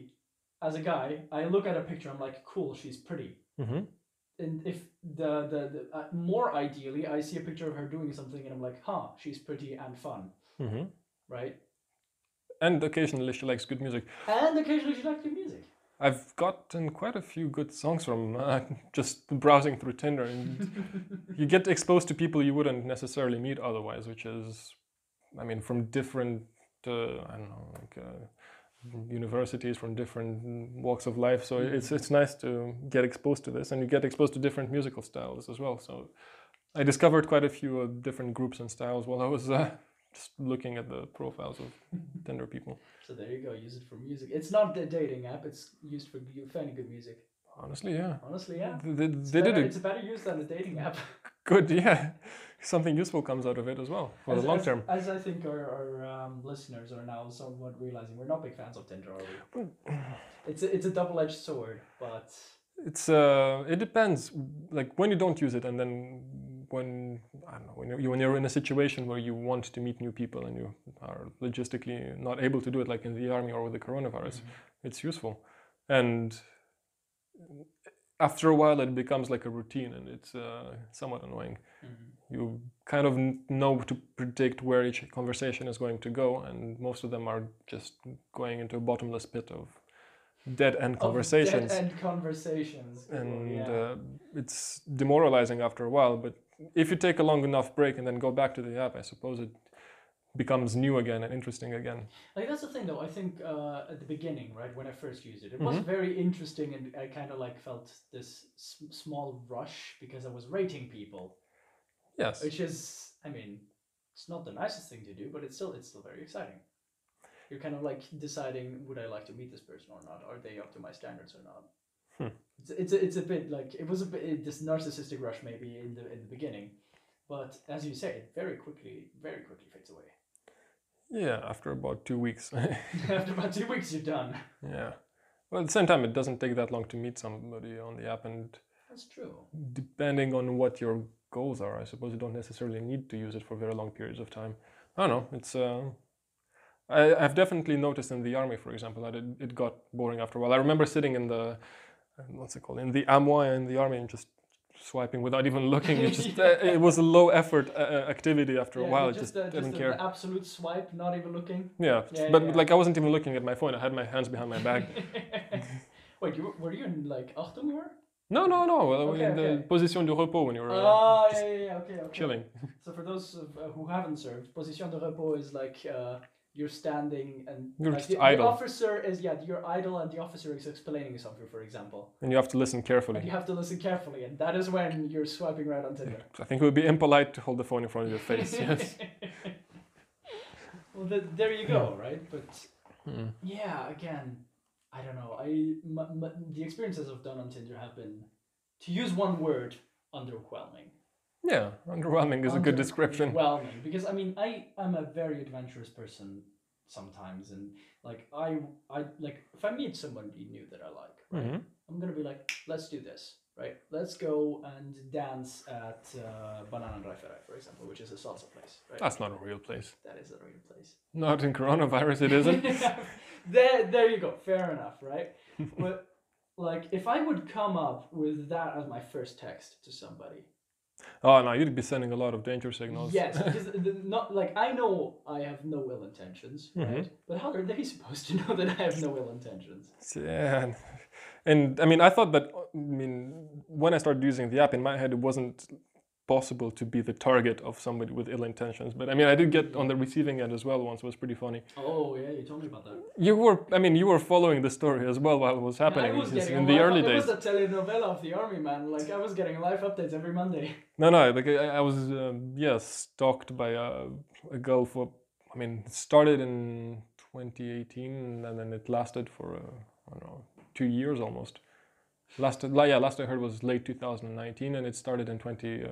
[SPEAKER 3] as a guy, I look at a picture, I'm like, cool, she's pretty.
[SPEAKER 4] hmm
[SPEAKER 3] And if the the, the uh, more ideally, I see a picture of her doing something, and I'm like, huh, she's pretty and fun,
[SPEAKER 4] hmm
[SPEAKER 3] right?
[SPEAKER 4] And occasionally she likes good music.
[SPEAKER 3] And occasionally she likes good music.
[SPEAKER 4] I've gotten quite a few good songs from uh, just browsing through Tinder, and you get exposed to people you wouldn't necessarily meet otherwise, which is, I mean, from different, uh, I don't know, like uh, universities, from different walks of life. So it's it's nice to get exposed to this, and you get exposed to different musical styles as well. So I discovered quite a few uh, different groups and styles while I was uh, just looking at the profiles of Tinder people.
[SPEAKER 3] So there you go. Use it for music. It's not a dating app. It's used for g- finding good music.
[SPEAKER 4] Honestly, yeah.
[SPEAKER 3] Honestly, yeah.
[SPEAKER 4] Th- They, they did
[SPEAKER 3] Better-
[SPEAKER 4] a
[SPEAKER 3] It's a better use than a dating app.
[SPEAKER 4] good, yeah. Something useful comes out of it as well for
[SPEAKER 3] as,
[SPEAKER 4] the long
[SPEAKER 3] as-
[SPEAKER 4] term.
[SPEAKER 3] As, I think our, our um, listeners are now somewhat realizing, we're not big fans of Tinder, are we? it's a, it's a double edged sword, but
[SPEAKER 4] It's uh, it depends, like when you don't use it, and then when I don't know when you're, when you're in a situation where you want to meet new people and you are logistically not able to do it, like in the army or with the coronavirus, it's useful, and after a while it becomes like a routine and it's uh, somewhat annoying.
[SPEAKER 3] Mm-hmm.
[SPEAKER 4] you kind of n- know to predict where each conversation is going to go, and most of them are just going into a bottomless pit of dead end conversations,
[SPEAKER 3] and conversations. people,
[SPEAKER 4] and
[SPEAKER 3] yeah.
[SPEAKER 4] uh, it's demoralizing after a while. But if you take a long enough break and then go back to the app, I suppose it becomes new again and interesting again.
[SPEAKER 3] Like that's the thing though. I think uh, at the beginning, right when I first used it, it was very interesting, and I kind of like felt this s- small rush because I was rating people,
[SPEAKER 4] Yes,
[SPEAKER 3] which is, I mean, it's not the nicest thing to do, but it's still it's still very exciting. You're kind of like deciding would I like to meet this person or not? Are they up to my standards or not?
[SPEAKER 4] Hmm.
[SPEAKER 3] It's, it's a, it's a bit like it was a bit this narcissistic rush maybe in the in the beginning, but as you say, it very quickly very quickly fades away.
[SPEAKER 4] Yeah, after about two weeks.
[SPEAKER 3] After about two weeks, you're done.
[SPEAKER 4] yeah. Well, at the same time, it doesn't take that long to meet somebody on the app, and
[SPEAKER 3] That's true.
[SPEAKER 4] depending on what your goals are, I suppose you don't necessarily need to use it for very long periods of time. I don't know. It's uh, I, I've definitely noticed in the army, for example, that it, it got boring after a while. I remember sitting in the what's it called in the amoy in the army and just swiping without even looking. It just uh, it was a low effort uh, uh, activity after a
[SPEAKER 3] Yeah,
[SPEAKER 4] while. I
[SPEAKER 3] just,
[SPEAKER 4] just,
[SPEAKER 3] uh,
[SPEAKER 4] didn't
[SPEAKER 3] the-
[SPEAKER 4] care.
[SPEAKER 3] The absolute swipe, not even looking.
[SPEAKER 4] Yeah,
[SPEAKER 3] Yeah,
[SPEAKER 4] but
[SPEAKER 3] yeah.
[SPEAKER 4] like I wasn't even looking at my phone. I had my hands behind my back.
[SPEAKER 3] Wait, you, were- were you in like Achtung war?
[SPEAKER 4] no, no, no. well,
[SPEAKER 3] Okay,
[SPEAKER 4] in the
[SPEAKER 3] okay.
[SPEAKER 4] position du repos when you're uh,
[SPEAKER 3] Ah,
[SPEAKER 4] just
[SPEAKER 3] yeah, yeah, yeah, okay, okay.
[SPEAKER 4] chilling.
[SPEAKER 3] So for those of, uh, who haven't served, position de repos is like uh, you're standing and
[SPEAKER 4] You're
[SPEAKER 3] like,
[SPEAKER 4] just
[SPEAKER 3] the, the
[SPEAKER 4] idle.
[SPEAKER 3] officer is yeah, you're idle and the officer is explaining something, for example.
[SPEAKER 4] and you have to listen
[SPEAKER 3] And
[SPEAKER 4] carefully.
[SPEAKER 3] you have to listen carefully, and that is when you're swiping right on Tinder.
[SPEAKER 4] I think it would be impolite to hold the phone in front of your face. yes.
[SPEAKER 3] well, th- there you
[SPEAKER 4] Hmm.
[SPEAKER 3] go, right? But
[SPEAKER 4] Mm.
[SPEAKER 3] yeah, again, I don't know. I m- m- the experiences I've done on Tinder have been, to use one word, underwhelming.
[SPEAKER 4] Yeah, underwhelming is a good description.
[SPEAKER 3] Underwhelming, because I mean, I am a very adventurous person sometimes, and like I, I like if I meet somebody new that I like, right,
[SPEAKER 4] Mhm.
[SPEAKER 3] I'm gonna be like, let's do this, right? Let's go and dance at uh, Banana Referai, for example, which is a salsa place, right?
[SPEAKER 4] That's not a real place.
[SPEAKER 3] That is a real place.
[SPEAKER 4] Not in coronavirus, it isn't.
[SPEAKER 3] there, there you go. Fair enough, right? but like, if I would come up with that as my first text to somebody,
[SPEAKER 4] oh no, you'd be sending a lot of danger signals.
[SPEAKER 3] yes, because the, not like I know I have no ill intentions, right? But how are they supposed to know that I have no ill intentions?
[SPEAKER 4] Yeah. And I mean, I thought that, I mean, when I started using the app, in my head, it wasn't possible to be the target of somebody with ill intentions. But I mean, I did get on the receiving end as well once, was pretty funny.
[SPEAKER 3] Oh yeah, you told me about that.
[SPEAKER 4] You were, I mean, you were following the story as well while it was happening.
[SPEAKER 3] I was
[SPEAKER 4] because
[SPEAKER 3] getting
[SPEAKER 4] in
[SPEAKER 3] a
[SPEAKER 4] the
[SPEAKER 3] life-
[SPEAKER 4] early
[SPEAKER 3] it
[SPEAKER 4] days.
[SPEAKER 3] was a telenovela of the army, man. Like I was getting life updates every Monday.
[SPEAKER 4] No, no, like I, I was, um, yeah, stalked by a, a girl for, I mean, it started in 2018 and then it lasted for, uh, I don't know, two years almost. Last, la- yeah, last I heard was late 2019 and it started in 20, uh,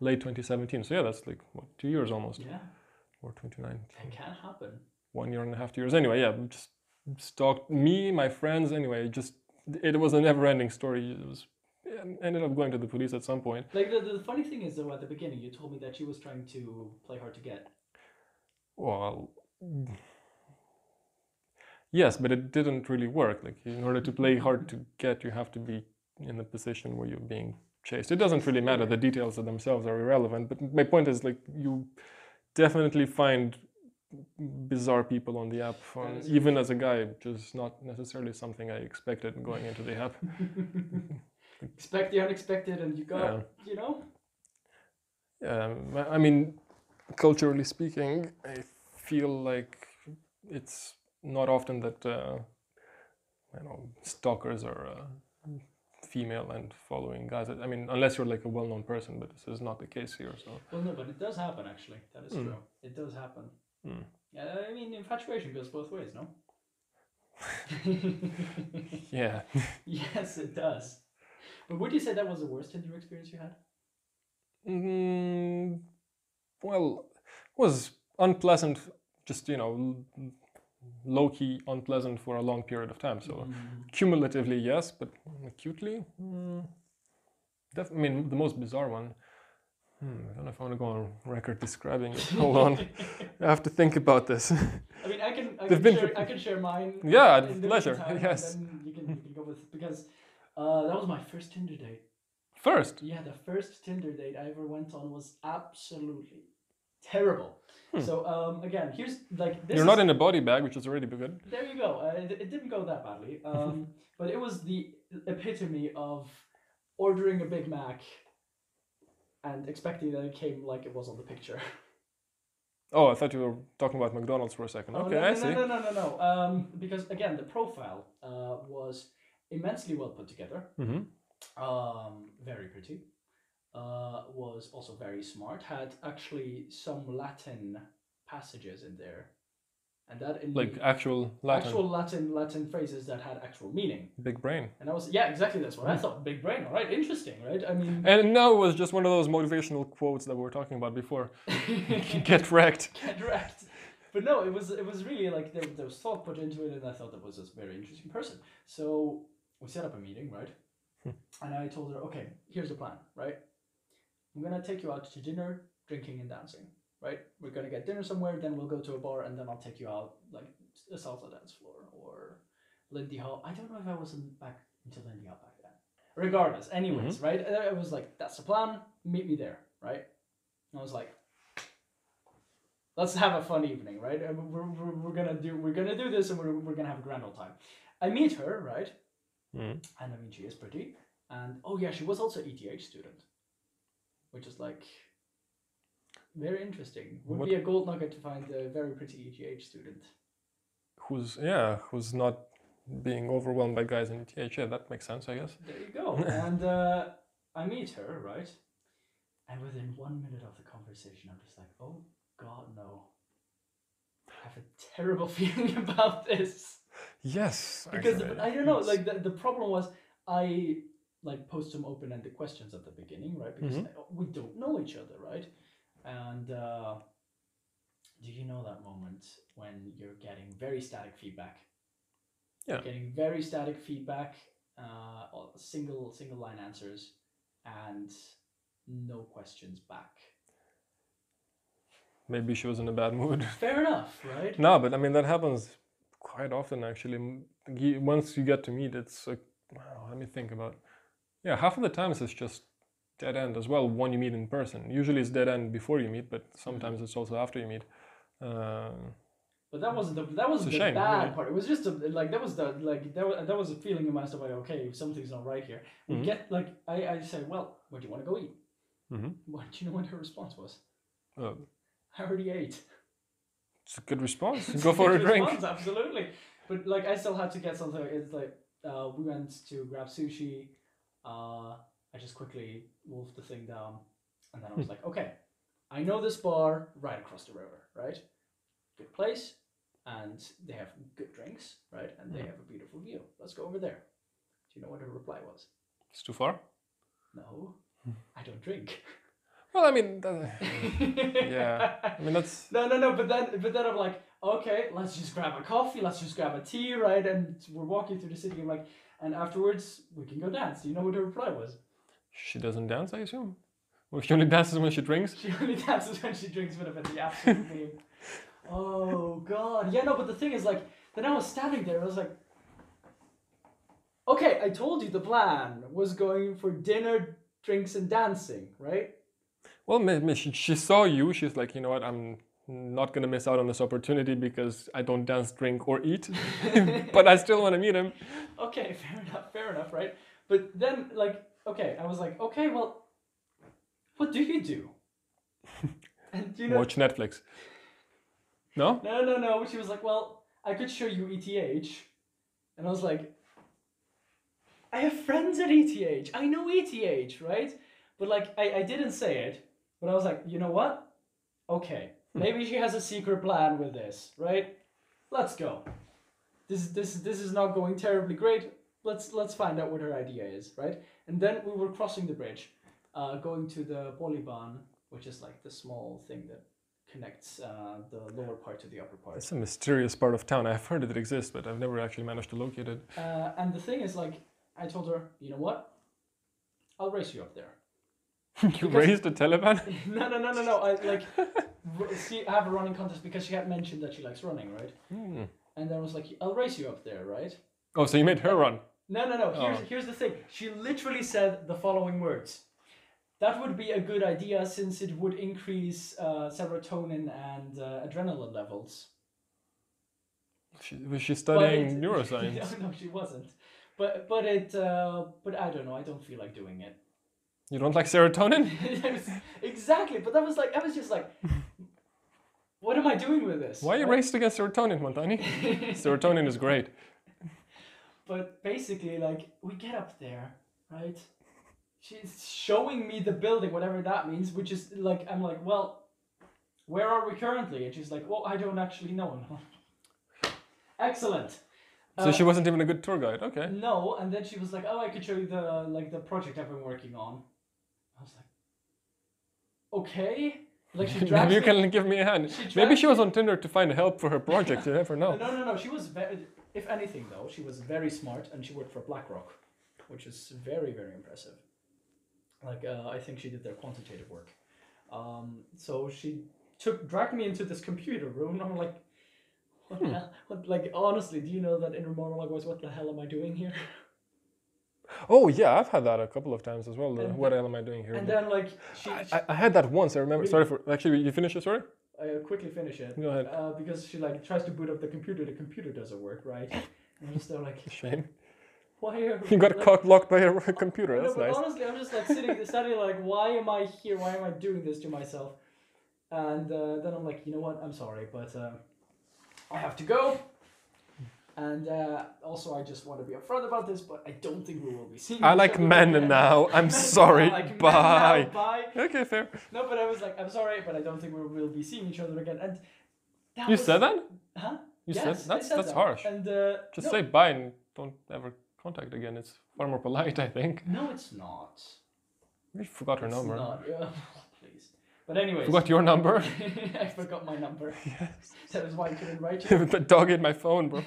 [SPEAKER 4] late 2017. So yeah, that's like, what, two years almost,
[SPEAKER 3] Yeah,
[SPEAKER 4] or 29,
[SPEAKER 3] that can happen.
[SPEAKER 4] one year and a half, two years. Anyway, yeah, just stalked me, my friends, anyway, just, it was a never ending story. It was, um, ended up going to the police at some point.
[SPEAKER 3] Like the, the funny thing is though, at the beginning you told me that she was trying to play hard to get.
[SPEAKER 4] Well, yes, but it didn't really work. Like in order to play hard to get, you have to be in the position where you're being chased. It doesn't really matter. The details of themselves are irrelevant. But my point is, like, you definitely find bizarre people on the app, or
[SPEAKER 3] is
[SPEAKER 4] even as a guy, which is not necessarily something I expected going into the app.
[SPEAKER 3] expect the unexpected and you got
[SPEAKER 4] Yeah.
[SPEAKER 3] you know
[SPEAKER 4] Um, I- I mean, culturally speaking, I feel like it's not often that uh, you know stalkers are uh, female and following guys. I mean, unless you're like a well-known person, but this is not the case here. So
[SPEAKER 3] well no but it does happen actually that
[SPEAKER 4] Hmm.
[SPEAKER 3] is true it does happen
[SPEAKER 4] Mm.
[SPEAKER 3] yeah i mean infatuation goes both ways no
[SPEAKER 4] yeah,
[SPEAKER 3] yes it does but would you say that was the worst tinder experience you had
[SPEAKER 4] mm, well, it was unpleasant. Just you know, l- low-key unpleasant for a long period of time. So.
[SPEAKER 3] Mm.
[SPEAKER 4] Cumulatively, yes, but acutely, mm, def- I mean, the most bizarre one. Hmm, I don't know if I want to go on record describing it. Hold on, I have to think about this.
[SPEAKER 3] i mean i can i can,
[SPEAKER 4] They've been
[SPEAKER 3] share,
[SPEAKER 4] through-
[SPEAKER 3] I can share mine
[SPEAKER 4] Yeah,
[SPEAKER 3] in the
[SPEAKER 4] pleasure,
[SPEAKER 3] meantime, and
[SPEAKER 4] yes.
[SPEAKER 3] then you can, you can go with because uh, that was my first tinder date
[SPEAKER 4] First,
[SPEAKER 3] Yeah, the first Tinder date I ever went on was absolutely terrible. So um, again, here's like this.
[SPEAKER 4] Hmm. you're not
[SPEAKER 3] is-
[SPEAKER 4] in a body bag, which is already good.
[SPEAKER 3] There you go. Uh, it, it didn't go that badly, um, but it was the epitome of ordering a Big Mac and expecting that it came like it was on the picture.
[SPEAKER 4] Oh, I thought you were talking about McDonald's for a second.
[SPEAKER 3] Oh,
[SPEAKER 4] Okay,
[SPEAKER 3] no, no,
[SPEAKER 4] I
[SPEAKER 3] no,
[SPEAKER 4] see.
[SPEAKER 3] No, no, no, no. Um, because again, the profile uh, was immensely well put together.
[SPEAKER 4] hmm
[SPEAKER 3] um, very pretty, uh, was also very smart, had actually some Latin passages in there and that in
[SPEAKER 4] like actual Latin.
[SPEAKER 3] actual Latin Latin phrases that had actual meaning.
[SPEAKER 4] Big brain.
[SPEAKER 3] And I was yeah, exactly that's what I thought. Big brain, all right, interesting, right? I mean,
[SPEAKER 4] And now it was just one of those motivational quotes that we were talking about before. Get wrecked.
[SPEAKER 3] direct. But no, it was it was really like there, there was thought put into it, and I thought that was a very interesting person. So we set up a meeting, right? and I told her, okay, here's the plan, right? I'm gonna take you out to dinner, drinking and dancing, right? We're gonna get dinner somewhere, then we'll go to a bar, and then I'll take you out like a salsa dance floor or Lindy Hall. I don't know if I wasn't back into Lindy Hall back then. Regardless, anyways, right? I I was like, that's the plan. Meet me there, right? And I was like, let's have a fun evening, right? And we're, we're, we're gonna do we're gonna do this, and we're, we're gonna have a grand old time. I meet her, right?
[SPEAKER 4] Mm.
[SPEAKER 3] And I mean, she is pretty. And oh yeah, she was also ETH student, which is like very interesting. Would
[SPEAKER 4] What-
[SPEAKER 3] be a gold nugget to find a very pretty ETH student.
[SPEAKER 4] Who's yeah? Who's not being overwhelmed by guys in ETH? Yeah, that makes sense, I guess.
[SPEAKER 3] There you go. and uh, I meet her, right? And within one minute of the conversation, I'm just like, oh god, no. I have a terrible feeling about this.
[SPEAKER 4] Yes.
[SPEAKER 3] because
[SPEAKER 4] actually,
[SPEAKER 3] I don't know,
[SPEAKER 4] it's-
[SPEAKER 3] like the, the problem was I like posed some open-ended questions at the beginning, right? Because
[SPEAKER 4] Mm-hmm.
[SPEAKER 3] I- we don't know each other, right? And uh, do you know that moment when you're getting very static feedback?
[SPEAKER 4] Yeah.
[SPEAKER 3] Getting very static feedback, uh, all- single single line answers, and no questions back.
[SPEAKER 4] maybe she was in a bad mood.
[SPEAKER 3] Fair enough, right?
[SPEAKER 4] no, but I mean that happens quite often actually. M- ye- Once you get to meet, it's like wow, let me think about. Yeah, half of the times it's just dead end as well when you meet in person. Usually it's dead end before you meet, but
[SPEAKER 3] Mm-hmm.
[SPEAKER 4] sometimes it's also after you meet. Uh,
[SPEAKER 3] But that wasn't the that was
[SPEAKER 4] It's
[SPEAKER 3] the
[SPEAKER 4] a shame,
[SPEAKER 3] bad
[SPEAKER 4] really.
[SPEAKER 3] part. It was just a, like that was the like that was, that was a feeling in my stomach. Like, okay, something's not right here. We
[SPEAKER 4] Mhm.
[SPEAKER 3] get like I I say, well, where do you want to go eat?
[SPEAKER 4] Mhm.
[SPEAKER 3] What do you know what her response was?
[SPEAKER 4] uh,
[SPEAKER 3] I already ate.
[SPEAKER 4] it's a good response.
[SPEAKER 3] It's
[SPEAKER 4] Go for a
[SPEAKER 3] good
[SPEAKER 4] drink.
[SPEAKER 3] response, absolutely. But like I still had to get something. It's like uh, we went to grab sushi. Uh, I just quickly wolfed the thing down, and then I
[SPEAKER 4] Hmm.
[SPEAKER 3] was like, okay, I know this bar right across the river, right? Good place, and they have good drinks, right? And
[SPEAKER 4] Hmm.
[SPEAKER 3] they have a beautiful view. Let's go over there. Do you know what her reply was?
[SPEAKER 4] It's too far.
[SPEAKER 3] No,
[SPEAKER 4] Hmm.
[SPEAKER 3] I don't drink.
[SPEAKER 4] Well, I mean, that, yeah. I mean that's
[SPEAKER 3] No, no, no. But then, but then I'm like, okay, let's just grab a coffee, let's just grab a tea, right? And we're walking through the city. I'm like, and afterwards we can go dance. Do you know what her reply was?
[SPEAKER 4] she doesn't dance, I assume. Well, she only dances when she drinks.
[SPEAKER 3] She only dances when she drinks with a the absolute meme. Oh god, yeah, no. But the thing is, like, then I was standing there. I was like, okay, I told you the plan was going for dinner, drinks, and dancing, right?
[SPEAKER 4] Well, maybe she, she saw you. She's like, you know what? I'm not gonna miss out on this opportunity because I don't dance, drink, or eat. but I still want to meet him.
[SPEAKER 3] okay, fair enough, fair enough, right? But then, like, okay, I was like, okay, well, what do you do? And you know,
[SPEAKER 4] Watch Netflix. No?
[SPEAKER 3] no, no, no. She was like, well, I could show you ETH, and I was like, I have friends at ETH. I know ETH, right? But like, I, I didn't say it, but I was like, you know what? Okay, maybe she has a secret plan with this, right? Let's go. This this this is not going terribly great. Let's let's find out what her idea is, right? And then we were crossing the bridge, uh, going to the Boliban, which is like the small thing that connects uh, the lower part to the upper part.
[SPEAKER 4] It's a mysterious part of town. I've heard that it exists, but I've never actually managed to locate it.
[SPEAKER 3] Uh, and the thing is, like, I told her, you know what? I'll race you up there.
[SPEAKER 4] you raised a Taliban?
[SPEAKER 3] no, no, no, no, no. I like r- see, I have a running contest because she had mentioned that she likes running, right?
[SPEAKER 4] Hmm.
[SPEAKER 3] And then I was like, I'll race you up there, right?
[SPEAKER 4] Oh, so you made her run.
[SPEAKER 3] No, no, no. Here's
[SPEAKER 4] Oh.
[SPEAKER 3] here's the thing. She literally said the following words. That would be a good idea since it would increase uh, serotonin and uh, adrenaline levels.
[SPEAKER 4] She, was she
[SPEAKER 3] But
[SPEAKER 4] studying
[SPEAKER 3] it-
[SPEAKER 4] neuroscience?
[SPEAKER 3] no, no, she wasn't. But but it uh, but I don't know. I don't feel like doing it.
[SPEAKER 4] You don't like serotonin?
[SPEAKER 3] That was- exactly, but that was like I was just like, what am I doing with this?
[SPEAKER 4] Why are you
[SPEAKER 3] Right?
[SPEAKER 4] raced against serotonin, Montani? serotonin is great.
[SPEAKER 3] But basically, like we get up there, right? She's showing me the building, whatever that means, which is like I'm like, well, where are we currently? And she's like, well, I don't actually know. And I'm like, Excellent.
[SPEAKER 4] So
[SPEAKER 3] Uh,
[SPEAKER 4] she wasn't even a good tour guide. Okay.
[SPEAKER 3] No, and then she was like, "Oh, I could show you the like the project I've been working on." I was like, "Okay." Like she dragged
[SPEAKER 4] Maybe you
[SPEAKER 3] me-
[SPEAKER 4] can give me a hand.
[SPEAKER 3] she
[SPEAKER 4] Maybe
[SPEAKER 3] dragged
[SPEAKER 4] she was on Tinder to find help for her project. You never know.
[SPEAKER 3] No, no, no. She was very. If anything, though, she was very smart, and she worked for BlackRock, which is very, very impressive. Like uh, I think she did their quantitative work. Um, so she took dragged me into this computer room, and I'm like, what
[SPEAKER 4] Hmm.
[SPEAKER 3] the hell? What, like honestly, do you know that inner monologue was what the hell am I doing here?
[SPEAKER 4] Oh yeah, I've had that a couple of times as well. the
[SPEAKER 3] And
[SPEAKER 4] what hell am I doing here?
[SPEAKER 3] And then like she,
[SPEAKER 4] I,
[SPEAKER 3] she
[SPEAKER 4] I- I had that once. I remember. Sorry for actually. You finish your story.
[SPEAKER 3] I'll uh, quickly finish it.
[SPEAKER 4] Go ahead.
[SPEAKER 3] Uh, because she like tries to boot up the computer, the computer doesn't work, right? And I'm just there like,
[SPEAKER 4] Shame.
[SPEAKER 3] why are
[SPEAKER 4] You got
[SPEAKER 3] like,
[SPEAKER 4] cock blocked by a computer.
[SPEAKER 3] No,
[SPEAKER 4] That's
[SPEAKER 3] but
[SPEAKER 4] nice.
[SPEAKER 3] honestly, I'm just like sitting, studying, like, why am I here? Why am I doing this to myself? And uh, then I'm like, you know what? I'm sorry, but uh, I have to go. And uh, also, I just want to be upfront about this, but I don't think we will be seeing.
[SPEAKER 4] I
[SPEAKER 3] each
[SPEAKER 4] like
[SPEAKER 3] other
[SPEAKER 4] men
[SPEAKER 3] again.
[SPEAKER 4] now. I'm sorry.
[SPEAKER 3] I like men now,
[SPEAKER 4] Bye.
[SPEAKER 3] bye.
[SPEAKER 4] Okay, fair.
[SPEAKER 3] No, but I was like, I'm sorry, but I don't think we will be seeing each other again. And that
[SPEAKER 4] You
[SPEAKER 3] was,
[SPEAKER 4] said that?
[SPEAKER 3] Huh?
[SPEAKER 4] You
[SPEAKER 3] yes,
[SPEAKER 4] said
[SPEAKER 3] I
[SPEAKER 4] that's
[SPEAKER 3] said
[SPEAKER 4] that's
[SPEAKER 3] that.
[SPEAKER 4] harsh.
[SPEAKER 3] And uh,
[SPEAKER 4] Just
[SPEAKER 3] no,
[SPEAKER 4] say bye and don't ever contact again. It's far more polite, I think.
[SPEAKER 3] No, it's not.
[SPEAKER 4] We forgot her
[SPEAKER 3] It's
[SPEAKER 4] number.
[SPEAKER 3] not. Yeah, please. But anyways.
[SPEAKER 4] Forgot your number.
[SPEAKER 3] I forgot my number. That was why I couldn't write it.
[SPEAKER 4] the dog ate my phone, bro.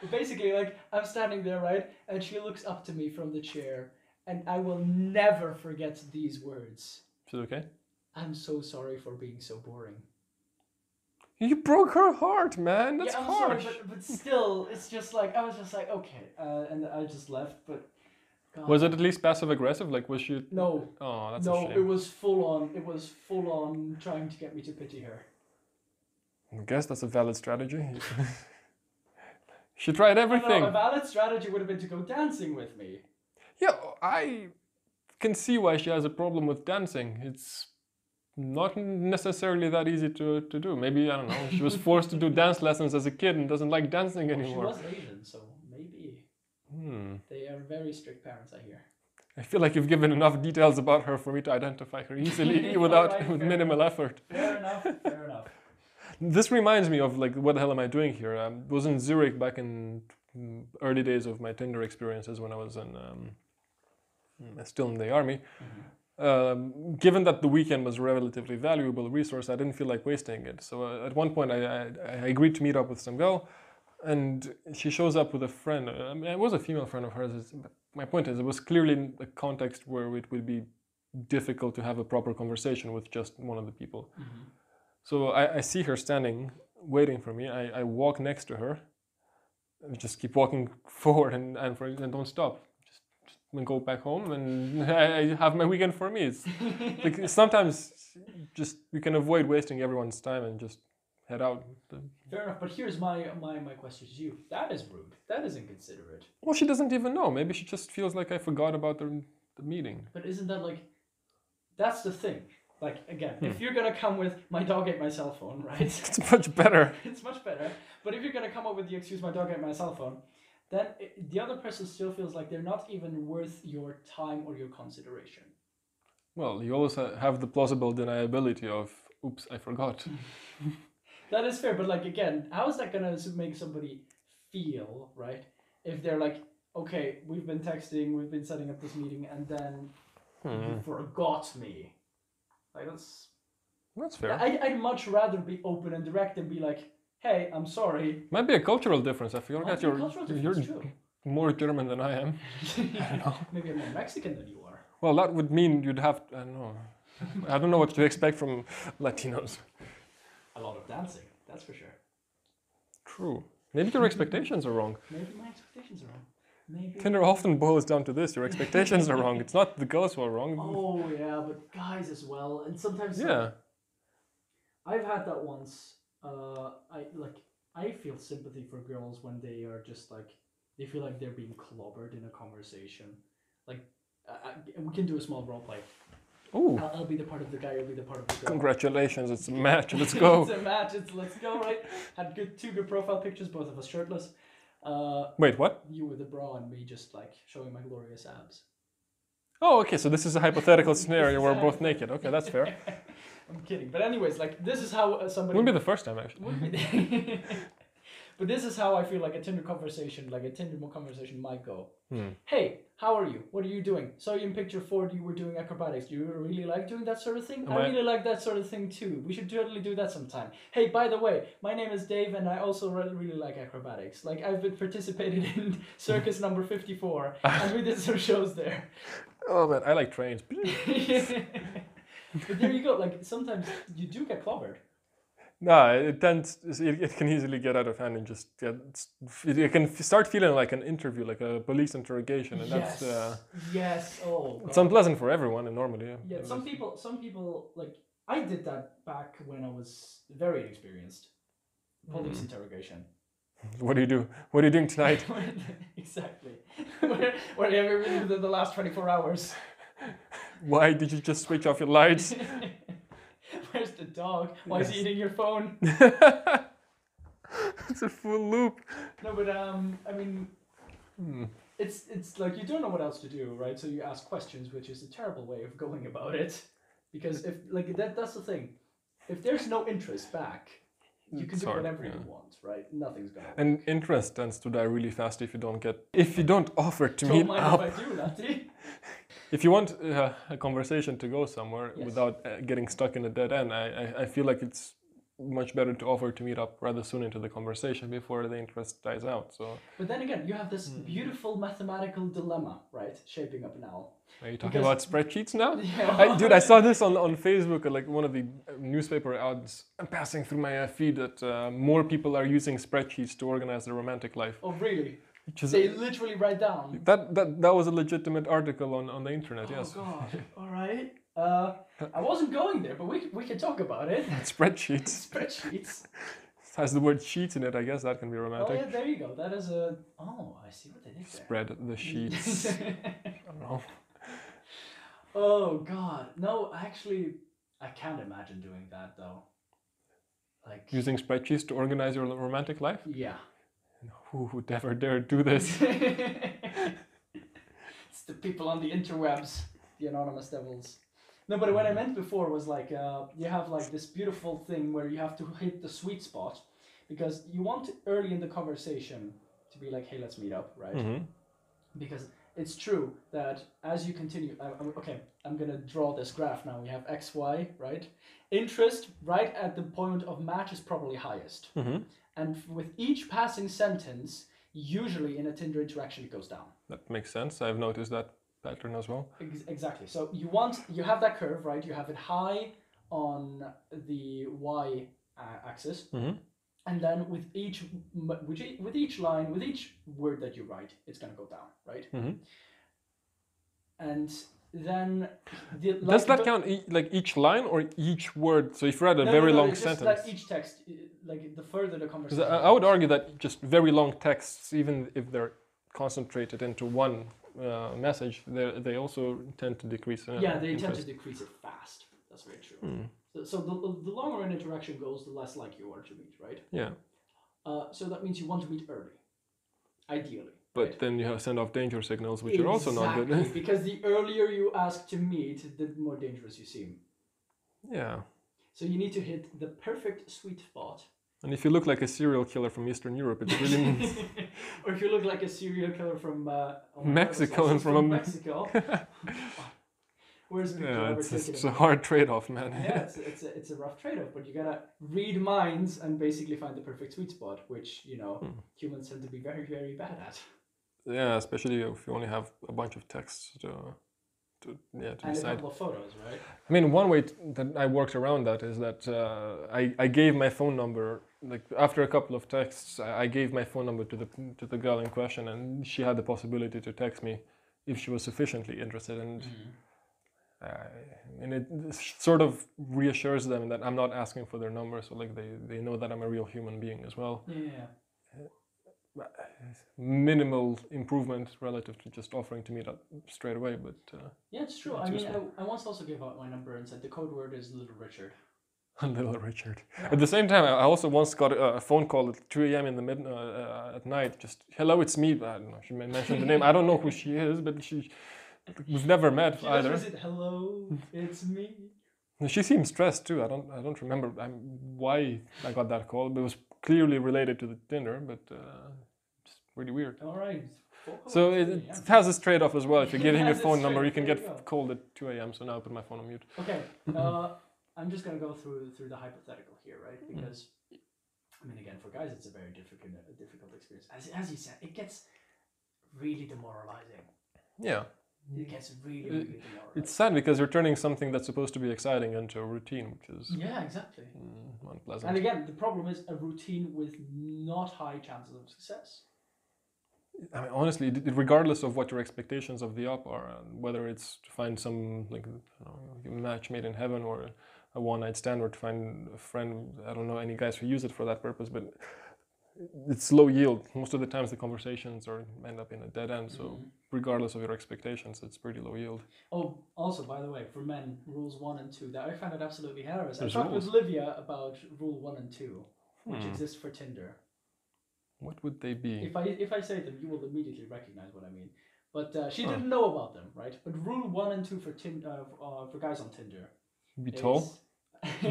[SPEAKER 3] But basically, like, I'm standing there, right? And she looks up to me from the chair, and I will never forget these words.
[SPEAKER 4] She's okay.
[SPEAKER 3] I'm so sorry for being so boring.
[SPEAKER 4] You broke her heart, man. That's
[SPEAKER 3] yeah, I'm
[SPEAKER 4] harsh.
[SPEAKER 3] sorry, but, but still, it's just like, I was just like, okay. Uh, and I just left, but. God.
[SPEAKER 4] Was it at least passive aggressive? Like, was she?
[SPEAKER 3] No.
[SPEAKER 4] Oh, that's a
[SPEAKER 3] no,
[SPEAKER 4] shame.
[SPEAKER 3] it was full on. It was full on trying to get me to pity her.
[SPEAKER 4] I guess that's a valid strategy. she tried
[SPEAKER 3] No,
[SPEAKER 4] everything.
[SPEAKER 3] No, a valid strategy would have been to go dancing with me.
[SPEAKER 4] Yeah, I can see why she has a problem with dancing. It's not necessarily that easy to, to do. Maybe, I don't know, she was forced to do dance lessons as a kid and doesn't like dancing
[SPEAKER 3] Well, Oh, she
[SPEAKER 4] anymore.
[SPEAKER 3] was Asian, so maybe
[SPEAKER 4] Hmm.
[SPEAKER 3] they are very strict parents. I hear.
[SPEAKER 4] I feel like you've given enough details about her for me to identify her easily without
[SPEAKER 3] Alright,
[SPEAKER 4] with
[SPEAKER 3] fair
[SPEAKER 4] minimal effort.
[SPEAKER 3] Fair enough. Fair enough.
[SPEAKER 4] This reminds me of like what the hell am I doing here? I was in Zurich back in mm, early days of my Tinder experiences when I was in um, mm, still in the army.
[SPEAKER 3] Mm-hmm,
[SPEAKER 4] Um, given that the weekend was a relatively valuable resource, I didn't feel like wasting it. So uh, at one point, I, I, I agreed to meet up with some girl, and she shows up with a friend. I mean, it was a female friend of hers. it's- but My point is, it was clearly a context where it would be difficult to have a proper conversation with just one of the people.
[SPEAKER 3] mm-hmm.
[SPEAKER 4] So I, I see her standing, waiting for me. I, I walk next to her, I just keep walking forward and, and, for, and don't stop. Just, just and go back home and I, I have my weekend for me. It's like sometimes just you can avoid wasting everyone's time and just head out.
[SPEAKER 3] Fair enough. But here's my my my question to you. That is rude. That is inconsiderate.
[SPEAKER 4] Well, she doesn't even know. Maybe she just feels like I forgot about the, the meeting.
[SPEAKER 3] But isn't that like? That's the thing. Like again, if you're gonna come with my dog ate my cell phone, right?
[SPEAKER 4] It's much better.
[SPEAKER 3] it's much better. But if you're gonna come up with the excuse my dog ate my cell phone, then it, the other person still feels like they're not even worth your time or your consideration.
[SPEAKER 4] Well, you always ha- have the plausible deniability of, oops, I forgot.
[SPEAKER 3] That is fair, but like again, how is that gonna s- make somebody feel right if they're like, okay, we've been texting, we've been setting up this meeting, and then
[SPEAKER 4] Hmm,
[SPEAKER 3] you forgot me. Like that's.
[SPEAKER 4] That's fair.
[SPEAKER 3] I I'd much rather be open and direct and be like, hey, I'm sorry.
[SPEAKER 4] Might be a cultural difference. I forgot
[SPEAKER 3] Might
[SPEAKER 4] that
[SPEAKER 3] be a
[SPEAKER 4] you're,
[SPEAKER 3] cultural
[SPEAKER 4] you're
[SPEAKER 3] difference, true.
[SPEAKER 4] more German than I am.
[SPEAKER 3] Maybe I'm more Mexican than you are.
[SPEAKER 4] Well, that would mean you'd have, I don't know. I don't know what to expect from Latinos.
[SPEAKER 3] A lot of dancing, that's for sure.
[SPEAKER 4] True. Maybe your expectations are wrong.
[SPEAKER 3] Maybe my expectations are wrong. Maybe.
[SPEAKER 4] Tinder often boils down to this your expectations are wrong. It's not the girls who are wrong.
[SPEAKER 3] Oh yeah, but guys as well, and sometimes like,
[SPEAKER 4] yeah.
[SPEAKER 3] I've had that once. Uh, I like I feel sympathy for girls when they are just like they feel like they're being clobbered in a conversation. Like I, I- we can do a small role play.
[SPEAKER 4] Ooh,
[SPEAKER 3] I'll, I'll be the part of the guy. You'll be the part of the girl.
[SPEAKER 4] congratulations. It's a match. Let's go.
[SPEAKER 3] it's a match. It's let's go right. Had good two good profile pictures, both of us shirtless. Uh,
[SPEAKER 4] Wait, what?
[SPEAKER 3] you with a bra and me just like showing my glorious abs.
[SPEAKER 4] Oh, okay. So this is a hypothetical scenario
[SPEAKER 3] is
[SPEAKER 4] where
[SPEAKER 3] a
[SPEAKER 4] we're both naked. Okay, that's fair.
[SPEAKER 3] I'm kidding, but anyways, like this is how uh, somebody
[SPEAKER 4] Wouldn't be the first time, actually.
[SPEAKER 3] Would be. But this is how I feel like a Tinder conversation, like a Tinder conversation might go.
[SPEAKER 4] Hmm.
[SPEAKER 3] Hey, how are you? What are you doing? Saw you in picture four. You were doing acrobatics. Do you really like doing that sort of thing?
[SPEAKER 4] Am
[SPEAKER 3] I
[SPEAKER 4] I-
[SPEAKER 3] really like that sort of thing too. We should totally do that sometime. Hey, by the way, my name is Dave, and I also re- really like acrobatics. Like I've been participated in circus number fifty-four, and we did some shows there.
[SPEAKER 4] Oh man, I like trains.
[SPEAKER 3] but there you go. Like sometimes you do get clobbered.
[SPEAKER 4] No, it tends. It, it can easily get out of hand and just get. It, it can f- start feeling like an interview, like a police interrogation, and
[SPEAKER 3] yes.
[SPEAKER 4] that's uh,
[SPEAKER 3] yes. Oh.
[SPEAKER 4] it's
[SPEAKER 3] God.
[SPEAKER 4] unpleasant for everyone. And normally, uh, yeah.
[SPEAKER 3] Yeah,
[SPEAKER 4] it
[SPEAKER 3] some
[SPEAKER 4] is.
[SPEAKER 3] people, some people like I did that back when I was very inexperienced. Police
[SPEAKER 4] Mm-hmm.
[SPEAKER 3] interrogation.
[SPEAKER 4] What do you do? What are you doing tonight?
[SPEAKER 3] exactly. where, where every the, the last twenty four hours.
[SPEAKER 4] Why did you just switch off your lights?
[SPEAKER 3] Where's the dog? Why is he eating your phone?
[SPEAKER 4] it's a full loop. Hmm.
[SPEAKER 3] No, but um, I mean, it's it's like you don't know what else to do, right? So you ask questions, which is a terrible way of going about it, because if like that that's the thing, if there's no interest back, you can
[SPEAKER 4] It's
[SPEAKER 3] do
[SPEAKER 4] hard,
[SPEAKER 3] whatever
[SPEAKER 4] Mm, yeah.
[SPEAKER 3] you want, right? Nothing's gonna. work.
[SPEAKER 4] And interest tends to die really fast if you don't get if you don't offer to
[SPEAKER 3] Don't
[SPEAKER 4] meet
[SPEAKER 3] mind
[SPEAKER 4] up.
[SPEAKER 3] if I do, Natty.
[SPEAKER 4] If you want uh, a conversation to go somewhere
[SPEAKER 3] Yes.
[SPEAKER 4] without uh, getting stuck in a dead end, I, I, I feel like it's much better to offer to meet up rather soon into the conversation before the interest dies out. So
[SPEAKER 3] But then again, you have this
[SPEAKER 4] Hmm.
[SPEAKER 3] beautiful mathematical dilemma, right? Shaping up now.
[SPEAKER 4] are you talking
[SPEAKER 3] Because-
[SPEAKER 4] about spreadsheets now?
[SPEAKER 3] Yeah.
[SPEAKER 4] I, dude, I saw this on, on Facebook, uh, like one of the uh, newspaper ads passing through my uh, feed that uh, more people are using spreadsheets to organize their romantic life.
[SPEAKER 3] Oh really?
[SPEAKER 4] Which is,
[SPEAKER 3] They literally write down.
[SPEAKER 4] that, that, that was a legitimate article on, on the internet, yes.
[SPEAKER 3] Oh god. All right. Uh, I wasn't going there, but we c- we can talk about it.
[SPEAKER 4] Spreadsheets
[SPEAKER 3] Spreadsheets.
[SPEAKER 4] has the word sheets in it, I guess that can be
[SPEAKER 3] Oh
[SPEAKER 4] romantic.
[SPEAKER 3] yeah, there you go. That is a. Oh, I see what they did there.
[SPEAKER 4] Spread the sheets. I don't know.
[SPEAKER 3] oh god, no! Actually, I can't imagine doing that though. Like,
[SPEAKER 4] using spreadsheets to organize your romantic life?
[SPEAKER 3] yeah,
[SPEAKER 4] Who would ever dare do this?
[SPEAKER 3] it's the people on the interwebs, the anonymous devils. No, but what I meant before was like, uh, you have like this beautiful thing where you have to hit the sweet spot, because you want to- early in the conversation to be like, hey, let's meet up, right?
[SPEAKER 4] Mhm.
[SPEAKER 3] because it's true that as you continue I, I- okay i'm gonna draw this graph now we have x y right interest right at the point of match is probably highest
[SPEAKER 4] Mhm.
[SPEAKER 3] and f- with each passing sentence usually in a tinder interaction it goes down
[SPEAKER 4] That makes sense. I've noticed that pattern as well.
[SPEAKER 3] Ex- exactly so you want you have that curve right you have it high on the y uh, axis
[SPEAKER 4] Mhm.
[SPEAKER 3] and then with each m- with each- with each line with each word that you write it's going to go down right
[SPEAKER 4] Mhm.
[SPEAKER 3] and then the,
[SPEAKER 4] Does
[SPEAKER 3] like-
[SPEAKER 4] that count e- like each line or each word? So if you read
[SPEAKER 3] No,
[SPEAKER 4] a
[SPEAKER 3] no,
[SPEAKER 4] very
[SPEAKER 3] no,
[SPEAKER 4] long
[SPEAKER 3] it's just
[SPEAKER 4] sentence.
[SPEAKER 3] that each text uh, like the further the
[SPEAKER 4] 'Cause
[SPEAKER 3] conversation
[SPEAKER 4] I, I would argue that just very long texts, even if they're concentrated into one uh, message, they they also tend to decrease. Uh,
[SPEAKER 3] yeah they tend to
[SPEAKER 4] interest.
[SPEAKER 3] decrease it fast that's very true
[SPEAKER 4] Hmm.
[SPEAKER 3] so, so the, the longer an interaction goes the less likely you are to meet right
[SPEAKER 4] Yeah,
[SPEAKER 3] uh, so that means you want to meet early ideally
[SPEAKER 4] but then you have send off danger signals, which are also not
[SPEAKER 3] Exactly,
[SPEAKER 4] good.
[SPEAKER 3] because the earlier you ask to meet, the more dangerous you seem.
[SPEAKER 4] yeah.
[SPEAKER 3] So you need to hit the perfect sweet spot.
[SPEAKER 4] And if you look like a serial killer from Eastern Europe, it's really
[SPEAKER 3] or if you look like a serial killer from uh, oh my God,
[SPEAKER 4] Mexico
[SPEAKER 3] it's
[SPEAKER 4] and from
[SPEAKER 3] from
[SPEAKER 4] a-
[SPEAKER 3] Mexico. Where's the picture
[SPEAKER 4] yeah,
[SPEAKER 3] ever
[SPEAKER 4] it's,
[SPEAKER 3] taken
[SPEAKER 4] it's
[SPEAKER 3] of
[SPEAKER 4] a hard trade-off, man.
[SPEAKER 3] it? yeah, it's, it's, a, it's a rough trade-off, but you gotta read minds and basically find the perfect sweet spot, which you know humans tend to be very, very bad at.
[SPEAKER 4] Yeah, especially if you only have a bunch of texts to, to yeah to
[SPEAKER 3] And a
[SPEAKER 4] decide.
[SPEAKER 3] couple of photos, right?
[SPEAKER 4] I mean, one way t- that I worked around that is that uh, I I gave my phone number like after a couple of texts I I gave my phone number to the to the girl in question and she had the possibility to text me if she was sufficiently interested and.
[SPEAKER 3] Mm-hmm.
[SPEAKER 4] I and it sort of reassures them that I'm not asking for their number, so like they, they know that I'm a real human being as well.
[SPEAKER 3] Yeah.
[SPEAKER 4] Minimal improvement relative to just offering to meet up straight away, but uh,
[SPEAKER 3] Yeah, it's true.
[SPEAKER 4] It's
[SPEAKER 3] I mean,
[SPEAKER 4] useful.
[SPEAKER 3] I, I once also gave out my number and said the code word is Little Richard.
[SPEAKER 4] Little Richard. At the same time, I I also once got a, a phone call at 2 a.m. in the mid uh, uh, at night. Just hello, it's me. I don't know. She men- mentioned the name. I don't know who she is, but she we've never met
[SPEAKER 3] She just
[SPEAKER 4] either.
[SPEAKER 3] visit, Hello, it's me.
[SPEAKER 4] No, She seemed stressed too. I don't. I don't remember um, why I got that call. But it was clearly related to the dinner, but uh, just really weird.
[SPEAKER 3] All right. Four
[SPEAKER 4] So
[SPEAKER 3] hours,
[SPEAKER 4] it,
[SPEAKER 3] Oh, yeah.
[SPEAKER 4] it has this trade-off as well. If you're getting
[SPEAKER 3] Yeah,
[SPEAKER 4] your
[SPEAKER 3] that's
[SPEAKER 4] phone
[SPEAKER 3] true.
[SPEAKER 4] number, you can
[SPEAKER 3] There
[SPEAKER 4] get
[SPEAKER 3] you go.
[SPEAKER 4] called at 2 a.m. So now I put my phone on mute.
[SPEAKER 3] Okay.
[SPEAKER 4] Mm-hmm.
[SPEAKER 3] Uh, I'm just gonna go through through the hypothetical here, right?
[SPEAKER 4] Mm-hmm.
[SPEAKER 3] Because I mean, again, for guys, it's a very difficult a difficult experience. As as you said, it gets really demoralizing.
[SPEAKER 4] Yeah,
[SPEAKER 3] It gets really
[SPEAKER 4] Uh,
[SPEAKER 3] really demoralizing.
[SPEAKER 4] it's sad because you're turning something that's supposed to be exciting into a routine, which is
[SPEAKER 3] yeah, exactly.
[SPEAKER 4] mm,
[SPEAKER 3] And
[SPEAKER 4] unpleasant.
[SPEAKER 3] again, the problem is a routine with not high chances of success.
[SPEAKER 4] I mean, honestly, it- it- regardless of what your expectations of the app are, uh, whether it's to find some like you know, match made in heaven or a one-night stand, or to find a friend. I don't know any guys who use it for that purpose, but it's low yield. Most of the times, the conversations are end up in a dead end. So.
[SPEAKER 3] Mm-hmm.
[SPEAKER 4] Regardless of your expectations, it's pretty low yield.
[SPEAKER 3] Oh, also, by the way, for men, rules one and two. That I found it absolutely hilarious.
[SPEAKER 4] There's
[SPEAKER 3] I talked
[SPEAKER 4] rules.
[SPEAKER 3] with Livia about rule one and two, which
[SPEAKER 4] Hmm.
[SPEAKER 3] exists for Tinder.
[SPEAKER 4] What would they be?
[SPEAKER 3] If I if I say them, you will immediately recognize what I mean. But uh, she didn't know about them, right? But rule one and two for tin, uh, uh, for guys on Tinder.
[SPEAKER 4] Be tall?
[SPEAKER 3] is-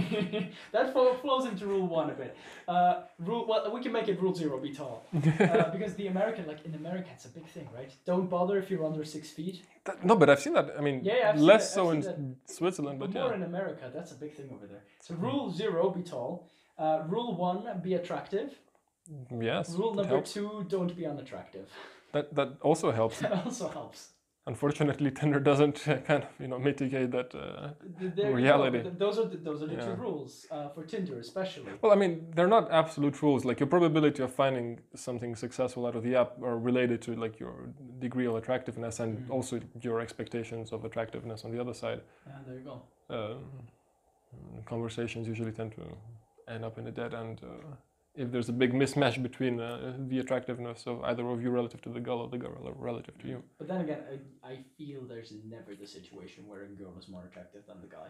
[SPEAKER 3] that fo- flows into rule one a bit. Uh, rule well, we can make it rule zero. Be tall, uh, because the American like in America, it's a big thing, right? Don't bother if you're under six feet.
[SPEAKER 4] That- no, but I've seen that. I mean,
[SPEAKER 3] Yeah, yeah, I've seen
[SPEAKER 4] less
[SPEAKER 3] that-
[SPEAKER 4] so
[SPEAKER 3] I've
[SPEAKER 4] in
[SPEAKER 3] seen
[SPEAKER 4] Switzerland,
[SPEAKER 3] But
[SPEAKER 4] but
[SPEAKER 3] more
[SPEAKER 4] yeah.
[SPEAKER 3] in America, that's a big thing over there. So rule zero, be tall. Uh, rule one, be attractive.
[SPEAKER 4] Yes,
[SPEAKER 3] Rule
[SPEAKER 4] that
[SPEAKER 3] number
[SPEAKER 4] helps.
[SPEAKER 3] two, don't be unattractive.
[SPEAKER 4] That that also helps.
[SPEAKER 3] That also helps.
[SPEAKER 4] Unfortunately, Tinder doesn't uh, kind of you know mitigate that. Uh,
[SPEAKER 3] Th- there you go.
[SPEAKER 4] Reality.
[SPEAKER 3] Th- Those are the, those are the
[SPEAKER 4] Yeah. Oh.
[SPEAKER 3] two rules uh, for Tinder, especially.
[SPEAKER 4] well, I mean, they're not absolute rules. Like your probability of finding something successful out of the app are related to like your degree of attractiveness and
[SPEAKER 3] Mhm.
[SPEAKER 4] also your expectations of attractiveness on the other side.
[SPEAKER 3] Yeah, there you go.
[SPEAKER 4] um, conversations usually tend to end up in a dead end uh, if there's a big mismatch between uh, the attractiveness of either of you relative to the girl or the girl rel- relative
[SPEAKER 3] Mm-hmm.
[SPEAKER 4] to you.
[SPEAKER 3] But then again, I, I feel there's never the situation where a girl is more attractive than the guy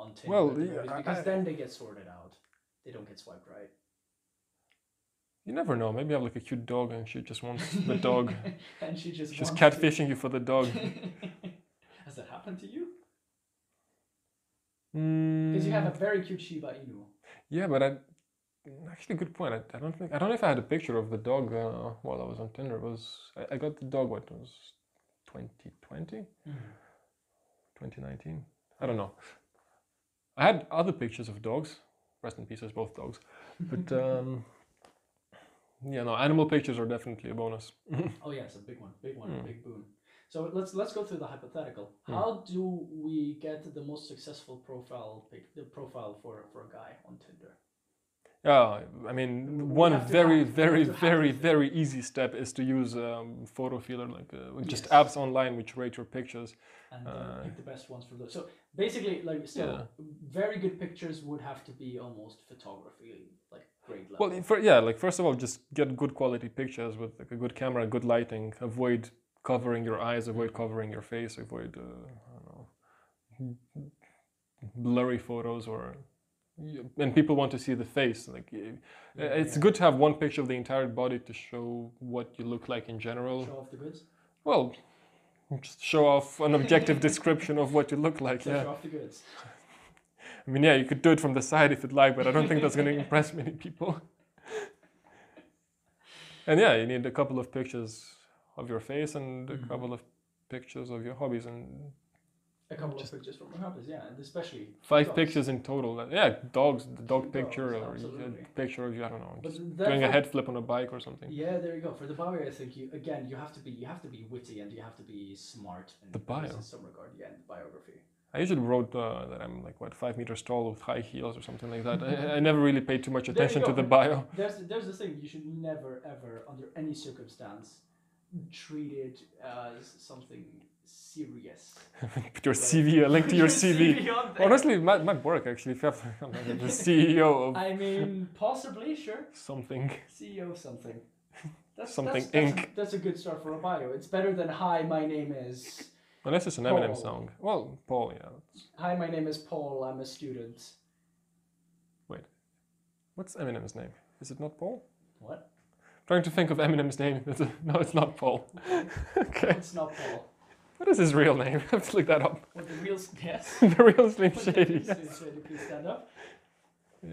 [SPEAKER 3] on Tinder.
[SPEAKER 4] Well,
[SPEAKER 3] at the
[SPEAKER 4] yeah,
[SPEAKER 3] very least,
[SPEAKER 4] I-
[SPEAKER 3] because
[SPEAKER 4] I-
[SPEAKER 3] then they get sorted out. They don't get swiped right.
[SPEAKER 4] You never know. Maybe you have like a cute dog and she just wants the dog.
[SPEAKER 3] and she just
[SPEAKER 4] She's
[SPEAKER 3] wants to-
[SPEAKER 4] catfishing you for the dog.
[SPEAKER 3] Has that happened to you?
[SPEAKER 4] Mm,
[SPEAKER 3] Because you have a very cute Shiba Inu.
[SPEAKER 4] yeah, but I actually good point. I, I don't think I don't know if I had a picture of the dog uh, while I was on Tinder. It was I, I got the dog what it was 2020. 2019. I don't know. I had other pictures of dogs. Rest in pieces, both dogs. But um, yeah, no, animal pictures are definitely a bonus.
[SPEAKER 3] Oh yeah, it's a big one, big one,
[SPEAKER 4] Hmm.
[SPEAKER 3] big boon. So let's let's go through the hypothetical. How do we get the most successful profile pic, the profile for for a guy on Tinder?
[SPEAKER 4] yeah, Oh, I mean,
[SPEAKER 3] We
[SPEAKER 4] one
[SPEAKER 3] have to
[SPEAKER 4] very,
[SPEAKER 3] hack- we
[SPEAKER 4] very,
[SPEAKER 3] have to hack
[SPEAKER 4] very,
[SPEAKER 3] this.
[SPEAKER 4] very easy step is to use um, photo filler, like uh, just
[SPEAKER 3] Yes.
[SPEAKER 4] apps online which rate your pictures.
[SPEAKER 3] and uh,
[SPEAKER 4] Uh,
[SPEAKER 3] pick the best ones for those. So basically, like still,
[SPEAKER 4] Yeah.
[SPEAKER 3] very good pictures would have to be almost photography, like grade level.
[SPEAKER 4] Well, in fir- yeah, like first of all, just get good quality pictures with like a good camera, good lighting. Avoid covering your eyes, avoid covering your face, avoid uh, I don't know blurry photos or you- and people want to see the face. Like y- it's
[SPEAKER 3] yeah.
[SPEAKER 4] good to have one picture of the entire body to show what you look like in general.
[SPEAKER 3] Show off the goods.
[SPEAKER 4] Well, just show off an objective description of what you look like.
[SPEAKER 3] So
[SPEAKER 4] Yeah.
[SPEAKER 3] Show off the goods.
[SPEAKER 4] I mean, yeah, you could do it from the side if you'd like, but I don't think that's going to impress many people. and yeah, you need a couple of pictures of your face and a
[SPEAKER 3] Mhm.
[SPEAKER 4] couple of pictures of your hobbies and
[SPEAKER 3] A couple of pictures from my hobbies, yeah, and especially
[SPEAKER 4] five
[SPEAKER 3] dogs.
[SPEAKER 4] pictures in total. Like, Yeah, dogs, the dog
[SPEAKER 3] Dogs,
[SPEAKER 4] picture or
[SPEAKER 3] absolutely.
[SPEAKER 4] a picture of you, I don't know,
[SPEAKER 3] But
[SPEAKER 4] just
[SPEAKER 3] that
[SPEAKER 4] doing a
[SPEAKER 3] for-
[SPEAKER 4] head flip on a bike or something.
[SPEAKER 3] Yeah, there you go. For the bio, I think you again you have to be you have to be witty and you have to be smart. In,
[SPEAKER 4] The bio.
[SPEAKER 3] in some regard, yeah, in the biography.
[SPEAKER 4] I usually wrote uh, that I'm like, what, five meters tall with high heels or something like that. I, I never really paid too much
[SPEAKER 3] There you
[SPEAKER 4] attention to
[SPEAKER 3] go.
[SPEAKER 4] the bio.
[SPEAKER 3] There's there's the thing you should never ever under any circumstance treat it as something serious.
[SPEAKER 4] Put your CV, a link to your CV.
[SPEAKER 3] on there.
[SPEAKER 4] Honestly, it might, might work actually if you have I'm like the CEO of
[SPEAKER 3] I mean, possibly, sure.
[SPEAKER 4] something.
[SPEAKER 3] CEO something. That's,
[SPEAKER 4] Something
[SPEAKER 3] that's, that's,
[SPEAKER 4] Inc.
[SPEAKER 3] A, that's a good start for a bio. It's better than hi, my name is
[SPEAKER 4] Unless it's an Eminem
[SPEAKER 3] Paul.
[SPEAKER 4] song. Well, Paul, yeah.
[SPEAKER 3] hi, my name is Paul. I'm a student.
[SPEAKER 4] What's Eminem's name? Is it not Paul?
[SPEAKER 3] What?
[SPEAKER 4] trying to think of Eminem's name. It's- no, it's not Paul. okay.
[SPEAKER 3] It's not Paul.
[SPEAKER 4] What is his real name? I have to look that up.
[SPEAKER 3] With the real yes.
[SPEAKER 4] the real Slim
[SPEAKER 3] Would the
[SPEAKER 4] Shady.
[SPEAKER 3] real
[SPEAKER 4] yeah.
[SPEAKER 3] Slim Shady please stand up?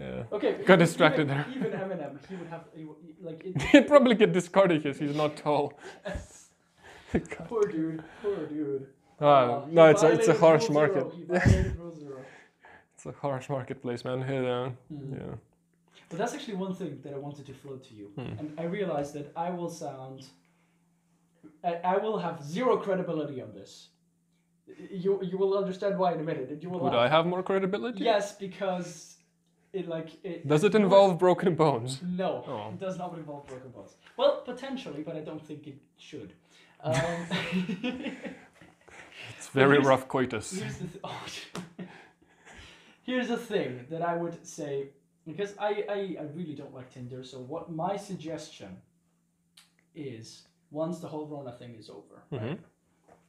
[SPEAKER 4] Yeah.
[SPEAKER 3] Okay.
[SPEAKER 4] Got
[SPEAKER 3] even-
[SPEAKER 4] distracted
[SPEAKER 3] even,
[SPEAKER 4] there.
[SPEAKER 3] Even Eminem, he would have he would, like
[SPEAKER 4] He'd probably get discarded because he's not tall.
[SPEAKER 3] yes.
[SPEAKER 4] God.
[SPEAKER 3] Poor dude. Poor dude.
[SPEAKER 4] Ah,
[SPEAKER 3] Uh, he
[SPEAKER 4] no, it's a, it's a
[SPEAKER 3] violated
[SPEAKER 4] harsh
[SPEAKER 3] Rule Zero,
[SPEAKER 4] market.
[SPEAKER 3] he violated Rule Zero.
[SPEAKER 4] It's a harsh marketplace, man. Hey, uh,
[SPEAKER 3] Hmm.
[SPEAKER 4] yeah.
[SPEAKER 3] But that's actually one thing that I wanted to float to you.
[SPEAKER 4] Hmm.
[SPEAKER 3] And I realized that I will sound. I, I will have zero credibility on this. You, you will understand why in a minute. and You will
[SPEAKER 4] Would I
[SPEAKER 3] laugh.
[SPEAKER 4] have more credibility?
[SPEAKER 3] Yes, because it like it.
[SPEAKER 4] Does it involve broken bones?
[SPEAKER 3] No,
[SPEAKER 4] Oh.
[SPEAKER 3] it does not involve broken bones. Well, potentially, but I don't think it should. Um,
[SPEAKER 4] It's very
[SPEAKER 3] here's-
[SPEAKER 4] rough coitus.
[SPEAKER 3] here's the th- oh, here's the thing that I would say because I, I I really don't like Tinder. So what my suggestion is once the whole Rona thing is over,
[SPEAKER 4] Mm-hmm.
[SPEAKER 3] right,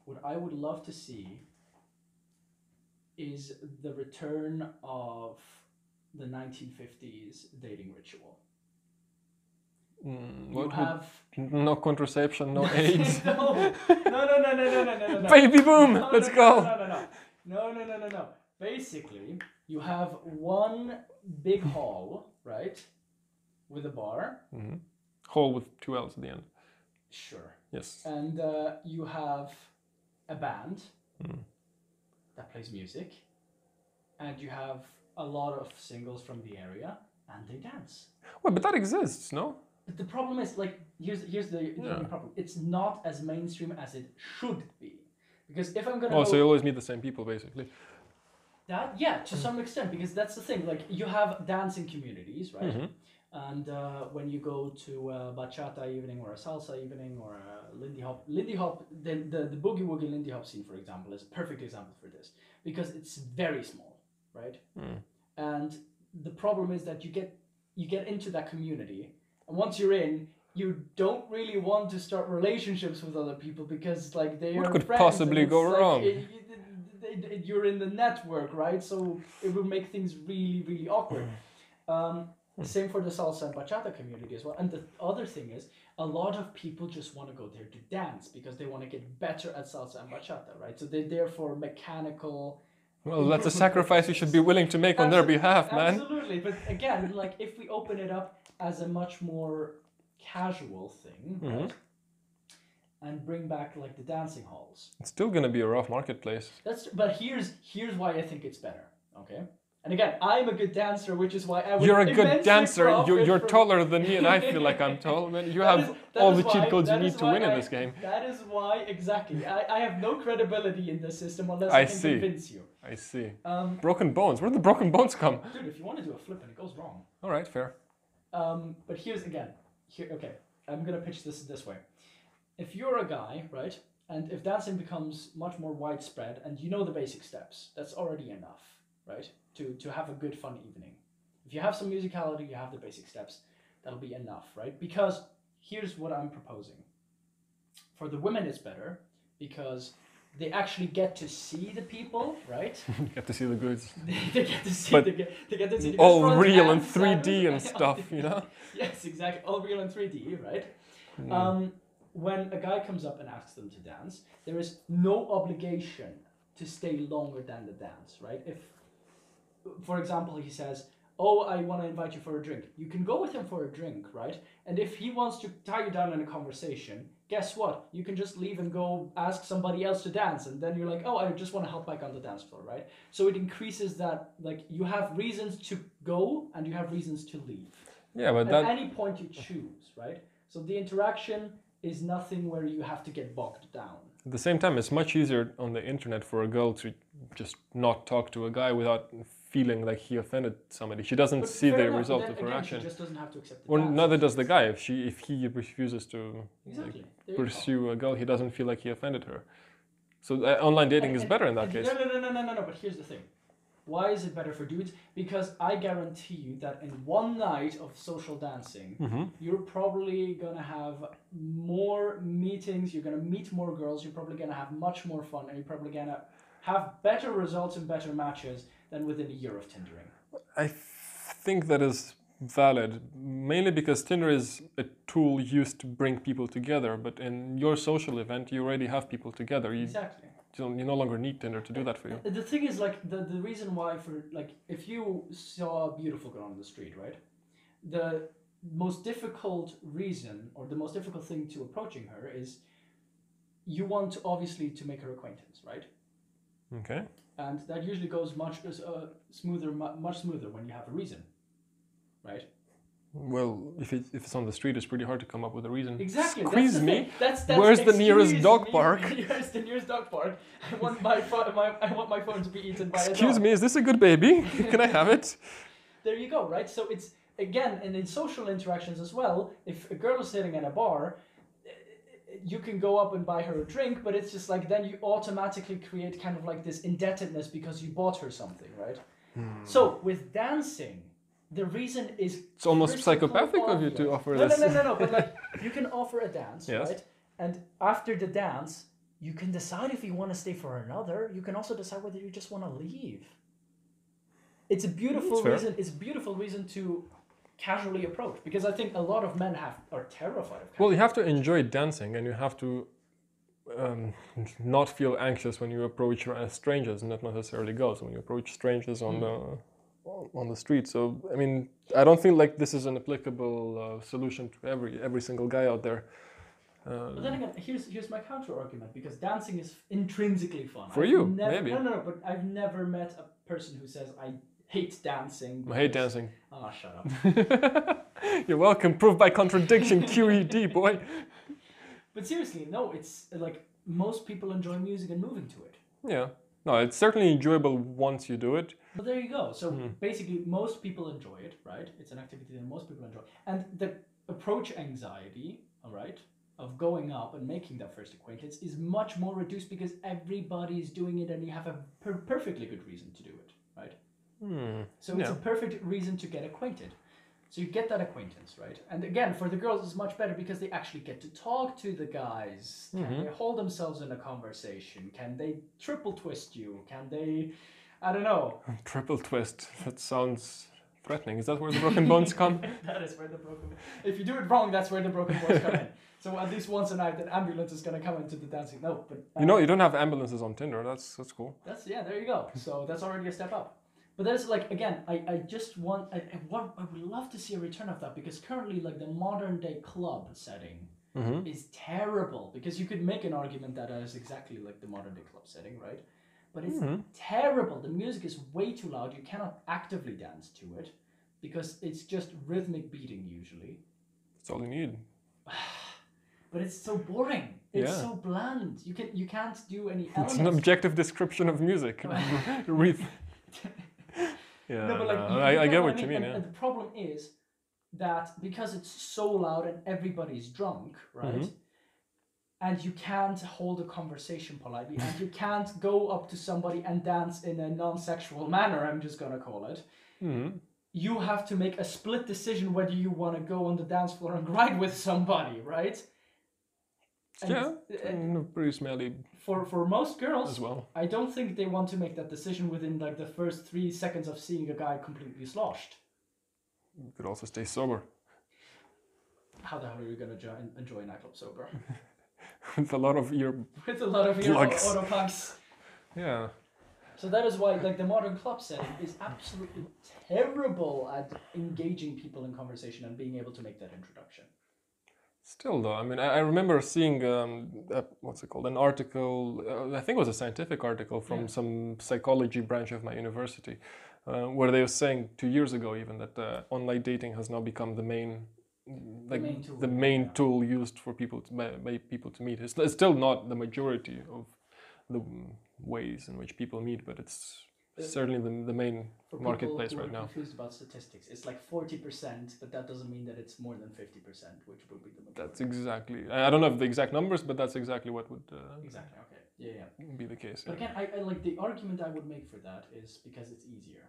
[SPEAKER 3] what I would love to see is the return of the 1950s dating ritual.
[SPEAKER 4] Mm,
[SPEAKER 3] you
[SPEAKER 4] what would-
[SPEAKER 3] have
[SPEAKER 4] No contraception, no AIDS.
[SPEAKER 3] no, no, no, no, no, no, no, no, no.
[SPEAKER 4] Baby boom!
[SPEAKER 3] No, no,
[SPEAKER 4] Let's
[SPEAKER 3] no,
[SPEAKER 4] go!
[SPEAKER 3] No, no, no, no, no, no, no, no. Basically, you have one big hall, right, with a bar.
[SPEAKER 4] Mhm. Hole with two L's at the end.
[SPEAKER 3] Sure.
[SPEAKER 4] Yes.
[SPEAKER 3] And uh, you have a band
[SPEAKER 4] Hmm.
[SPEAKER 3] that plays music, and you have a lot of singles from the area, and they dance.
[SPEAKER 4] Wait, but that exists, no?
[SPEAKER 3] But the problem is, like, here's here's the, the
[SPEAKER 4] Yeah.
[SPEAKER 3] problem. It's not as mainstream as it should be, because if I'm gonna
[SPEAKER 4] Oh,
[SPEAKER 3] go-
[SPEAKER 4] so you always meet the same people, basically.
[SPEAKER 3] That yeah, to some extent, because that's the thing. Like you have dancing communities, right? And uh, when you go to a bachata evening or a salsa evening or a lindy hop, lindy hop, the the, the boogie woogie lindy hop scene, for example, is a perfect example for this because it's very small, right?
[SPEAKER 4] Mm.
[SPEAKER 3] And the problem is that you get you get into that community, and once you're in. You don't really want to start relationships with other people because, like, they
[SPEAKER 4] What
[SPEAKER 3] are
[SPEAKER 4] could
[SPEAKER 3] friends and
[SPEAKER 4] possibly
[SPEAKER 3] it's
[SPEAKER 4] go
[SPEAKER 3] like,
[SPEAKER 4] wrong?
[SPEAKER 3] it- it- it- you're in the network, right? So it will make things really, really awkward.
[SPEAKER 4] Hmm.
[SPEAKER 3] Um, same for the salsa and bachata community as well. And the other thing is, a lot of people just want to go there to dance because they want to get better at salsa and bachata, right? So they're there for mechanical.
[SPEAKER 4] Well, that's a sacrifice you should be willing to make on their
[SPEAKER 3] Absol-
[SPEAKER 4] behalf, man.
[SPEAKER 3] Absolutely, but again, like if we open it up as a much more casual thing,
[SPEAKER 4] Mm-hmm.
[SPEAKER 3] right? And bring back like the dancing halls.
[SPEAKER 4] It's still gonna be a rough marketplace.
[SPEAKER 3] That's but here's here's why I think it's better. Okay. And again, I'm a good dancer, which is why I would
[SPEAKER 4] You're a good
[SPEAKER 3] immensely
[SPEAKER 4] dancer. You're,
[SPEAKER 3] profit
[SPEAKER 4] you're
[SPEAKER 3] from-
[SPEAKER 4] taller than me, and I feel like I'm tall. Man, you
[SPEAKER 3] That
[SPEAKER 4] have
[SPEAKER 3] is- that
[SPEAKER 4] all
[SPEAKER 3] is
[SPEAKER 4] the
[SPEAKER 3] why-
[SPEAKER 4] cheat codes you
[SPEAKER 3] that
[SPEAKER 4] need
[SPEAKER 3] is
[SPEAKER 4] to
[SPEAKER 3] why
[SPEAKER 4] win in
[SPEAKER 3] I-
[SPEAKER 4] this game.
[SPEAKER 3] That is why exactly. I, I have no credibility in this system unless I,
[SPEAKER 4] I
[SPEAKER 3] can
[SPEAKER 4] see.
[SPEAKER 3] convince you.
[SPEAKER 4] I see.
[SPEAKER 3] Um,
[SPEAKER 4] Broken bones. Where did the broken bones come?
[SPEAKER 3] dude, if you want to do a flip and it goes wrong.
[SPEAKER 4] All right, fair.
[SPEAKER 3] Um, but here's again. Here okay. I'm gonna pitch this this way. If you're a guy, right, and if dancing becomes much more widespread and you know the basic steps, that's already enough, right? To to have a good fun evening. If you have some musicality, you have the basic steps, that'll be enough, right? Because here's what I'm proposing. For the women it's better because they actually get to see the people, right?
[SPEAKER 4] Get to see the goods.
[SPEAKER 3] they get to see
[SPEAKER 4] But
[SPEAKER 3] the, they get to see the
[SPEAKER 4] All
[SPEAKER 3] front
[SPEAKER 4] real and
[SPEAKER 3] side.
[SPEAKER 4] 3D and stuff, you know.
[SPEAKER 3] Yes, exactly. All real and 3D, right? Um, when a guy comes up and asks them to dance, there is no obligation to stay longer than the dance, right? If, for example, he says, Oh, I want to invite you for a drink. You can go with him for a drink, right? And if he wants to tie you down in a conversation, guess what? You can just leave and go ask somebody else to dance. And then you're like, Oh, I just want to hop back on the dance floor, right? So it increases that, like, you have reasons to go and you have reasons to leave
[SPEAKER 4] Yeah, but
[SPEAKER 3] at
[SPEAKER 4] that
[SPEAKER 3] any point you choose, right? So the interaction is nothing where you have to get bogged down.
[SPEAKER 4] At the same time, it's much easier on the internet for a girl to just not talk to a guy without feeling like he offended somebody. She doesn't
[SPEAKER 3] But
[SPEAKER 4] see
[SPEAKER 3] fair
[SPEAKER 4] the
[SPEAKER 3] enough,
[SPEAKER 4] result
[SPEAKER 3] then
[SPEAKER 4] of her
[SPEAKER 3] again,
[SPEAKER 4] action.
[SPEAKER 3] She just doesn't have to accept the
[SPEAKER 4] Or
[SPEAKER 3] fact.
[SPEAKER 4] neither does the guy. If she, if he refuses to
[SPEAKER 3] Exactly. There you
[SPEAKER 4] like,
[SPEAKER 3] go.
[SPEAKER 4] pursue a girl, he doesn't feel like he offended her. So uh, online dating
[SPEAKER 3] And-
[SPEAKER 4] is
[SPEAKER 3] and-
[SPEAKER 4] better in that
[SPEAKER 3] and-
[SPEAKER 4] case.
[SPEAKER 3] No, no, no, no, no, no, no. But here's the thing. Why is it better for dudes? Because I guarantee you that in one night of social dancing,
[SPEAKER 4] Mm-hmm.
[SPEAKER 3] you're probably gonna have more meetings. You're gonna meet more girls. You're probably gonna have much more fun, and you're probably gonna have better results and better matches than within a year of tindering.
[SPEAKER 4] I think that is valid, mainly because Tinder is a tool used to bring people together. But in your social event, you already have people together. You,
[SPEAKER 3] Exactly.
[SPEAKER 4] you, don't, you no longer need Tinder to do that for you.
[SPEAKER 3] The thing is, like, the, the reason why for like, if you saw a beautiful girl on the street, right? The most difficult reason or the most difficult thing to approaching her is you want to obviously to make her acquaintance, right?
[SPEAKER 4] Okay.
[SPEAKER 3] And that usually goes much uh, smoother, mu- much smoother when you have a reason, right?
[SPEAKER 4] Well, if it's, if it's on the street, it's pretty hard to come up with a reason.
[SPEAKER 3] Exactly.
[SPEAKER 4] Squeeze
[SPEAKER 3] that's the
[SPEAKER 4] me.
[SPEAKER 3] Thing. That's, that's
[SPEAKER 4] Where's the nearest
[SPEAKER 3] excuse
[SPEAKER 4] dog
[SPEAKER 3] me,
[SPEAKER 4] park?
[SPEAKER 3] Where's the nearest dog park? I want my, pho- my I want my phone to be eaten by a dog.
[SPEAKER 4] Excuse me, is this a good baby? Can I have it?
[SPEAKER 3] There you go, right? So it's again, and in social interactions as well. If a girl is sitting at a bar, eh, you can go up and buy her a drink, but it's just like then you automatically create kind of like this indebtedness because you bought her something, right? So with dancing, the reason is
[SPEAKER 4] It's almost
[SPEAKER 3] crystal
[SPEAKER 4] psychopathic of you to
[SPEAKER 3] obvious.
[SPEAKER 4] offer
[SPEAKER 3] no,
[SPEAKER 4] this.
[SPEAKER 3] No, no, no, no. But like, you can offer a dance,
[SPEAKER 4] Yes.
[SPEAKER 3] right? And after the dance, you can decide if you want to stay for another. You can also decide whether you just want to leave. It's a beautiful
[SPEAKER 4] That's fair.
[SPEAKER 3] reason. It's a beautiful reason to casually approach because I think a lot of men have are terrified of.
[SPEAKER 4] Well, you have to enjoy dancing and you have to um, not feel anxious when you approach r- strangers, and that necessarily goes when you approach strangers
[SPEAKER 3] Hmm.
[SPEAKER 4] on the on the street. So, I mean, I don't think like this is an applicable uh, solution to every every single guy out there.
[SPEAKER 3] But then again, here's here's my counter argument because dancing is intrinsically fun.
[SPEAKER 4] For
[SPEAKER 3] I've
[SPEAKER 4] you,
[SPEAKER 3] never,
[SPEAKER 4] maybe.
[SPEAKER 3] No, no, no. But I've never met a person who says I hate dancing.
[SPEAKER 4] I hate
[SPEAKER 3] because-"
[SPEAKER 4] dancing.
[SPEAKER 3] Oh, shut up.
[SPEAKER 4] You're welcome. Proof by contradiction. QED, boy.
[SPEAKER 3] But seriously, no, it's uh, like most people enjoy music and moving to it.
[SPEAKER 4] Yeah. No, it's certainly enjoyable once you do it.
[SPEAKER 3] But there you go. So basically, most people enjoy it, right? It's an activity that most people enjoy. And the approach anxiety, all right, of going up and making that first acquaintance is much more reduced because everybody is doing it and you have a per- perfectly good reason to do it, right? So it's a
[SPEAKER 4] Yeah.
[SPEAKER 3] perfect reason to get acquainted. So you get that acquaintance, right? And again, for the girls, it's much better because they actually get to talk to the guys. Can they hold themselves in a conversation? Can they triple twist you? Can they, I don't know.
[SPEAKER 4] Triple twist. That sounds threatening. Is that where the broken bones come?
[SPEAKER 3] that is where the broken. If you do it wrong, that's where the broken bones come in. So at least once a night, an ambulance is gonna come into the dancing. No, but uh,
[SPEAKER 4] You know, you don't have ambulances on Tinder. That's that's cool.
[SPEAKER 3] That's yeah. There you go. So that's already a step up. But that's like again, I, I just want I, I want I would love to see a return of that because currently like the modern day club setting
[SPEAKER 4] Mm-hmm.
[SPEAKER 3] is terrible because you could make an argument that that is exactly like the modern day club setting, right? But it's
[SPEAKER 4] Mm-hmm.
[SPEAKER 3] terrible. The music is way too loud. You cannot actively dance to it because it's just rhythmic beating usually.
[SPEAKER 4] That's all you need.
[SPEAKER 3] But it's so boring. It's
[SPEAKER 4] Yeah.
[SPEAKER 3] so bland. You can you can't do any
[SPEAKER 4] It's an
[SPEAKER 3] elements.
[SPEAKER 4] objective description of music. Read. Yeah,
[SPEAKER 3] No, but like,
[SPEAKER 4] no,
[SPEAKER 3] you-
[SPEAKER 4] I,
[SPEAKER 3] you
[SPEAKER 4] I
[SPEAKER 3] know
[SPEAKER 4] get what you mean.
[SPEAKER 3] And-
[SPEAKER 4] Yeah.
[SPEAKER 3] And the problem is that because it's so loud and everybody's drunk, right?
[SPEAKER 4] Mm-hmm.
[SPEAKER 3] And you can't hold a conversation politely, and you can't go up to somebody and dance in a non-sexual manner. I'm just gonna call it.
[SPEAKER 4] Mm-hmm.
[SPEAKER 3] You have to make a split decision whether you want to go on the dance floor and grind with somebody, right? And,
[SPEAKER 4] yeah,
[SPEAKER 3] uh,
[SPEAKER 4] mm, pretty smelly
[SPEAKER 3] For for most girls,
[SPEAKER 4] as well.
[SPEAKER 3] I don't think they want to make that decision within like the first three seconds of seeing a guy completely sloshed.
[SPEAKER 4] You could also stay sober.
[SPEAKER 3] how the hell are you going to jo- enjoy a nightclub sober?
[SPEAKER 4] With a lot of ear.
[SPEAKER 3] With a lot of your
[SPEAKER 4] Plugs.
[SPEAKER 3] auto plugs.
[SPEAKER 4] Yeah.
[SPEAKER 3] So that is why like the modern club setting is absolutely terrible at engaging people in conversation and being able to make that introduction.
[SPEAKER 4] Still, though, I mean, I, I remember seeing um, uh, what's it called? An article, uh, I think it was a scientific article from some psychology branch of my university, uh, where they were saying two years ago even that uh, online dating has now become the main, like
[SPEAKER 3] main tool,
[SPEAKER 4] the main
[SPEAKER 3] yeah.
[SPEAKER 4] tool used for people to by, by people to meet. It's, it's still not the majority of the mm, ways in which people meet, but it's
[SPEAKER 3] Uh,
[SPEAKER 4] certainly the, the main
[SPEAKER 3] For people
[SPEAKER 4] marketplace
[SPEAKER 3] who
[SPEAKER 4] right
[SPEAKER 3] are
[SPEAKER 4] now.
[SPEAKER 3] confused about statistics, it's like 40%, but that doesn't mean that it's more than 50%, which would be the majority.
[SPEAKER 4] That's exactly. I I don't know if the exact numbers, but that's exactly what would uh,
[SPEAKER 3] exactly okay. Yeah, yeah.
[SPEAKER 4] be the case.
[SPEAKER 3] But
[SPEAKER 4] yeah.
[SPEAKER 3] again, I, I like the argument I would make for that is because it's easier.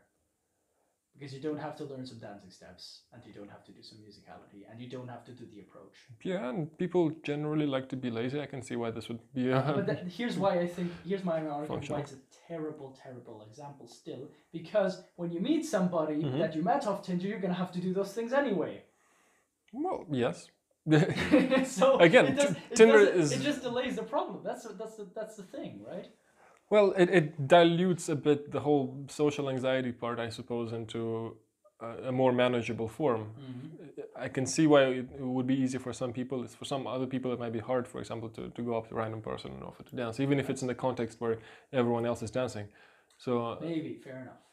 [SPEAKER 3] Because you don't have to learn some dancing steps, and you don't have to do some musicality, and you don't have to do the approach.
[SPEAKER 4] Yeah, and people generally like to be lazy. I can see why this would be
[SPEAKER 3] But
[SPEAKER 4] a.
[SPEAKER 3] that, here's why I think here's my argument why
[SPEAKER 4] Functional.
[SPEAKER 3] it's a terrible, terrible example still. Because when you meet somebody that you met off Tinder, you're gonna have to do those things anyway.
[SPEAKER 4] Well, yes.
[SPEAKER 3] so
[SPEAKER 4] Again,
[SPEAKER 3] it does,
[SPEAKER 4] T- Tinder
[SPEAKER 3] it doesn't-
[SPEAKER 4] is-
[SPEAKER 3] it just delays the problem. That's the- that's the, that's the thing, right?
[SPEAKER 4] Well, it, it dilutes a bit the whole social anxiety part, I suppose, into a, a more manageable form. I can see why it it would be easy for some people. It's for some other people, it might be hard, for example, to, to go up to a random person and offer to dance, even if it's in the context where everyone else is dancing. So
[SPEAKER 3] Maybe, fair enough.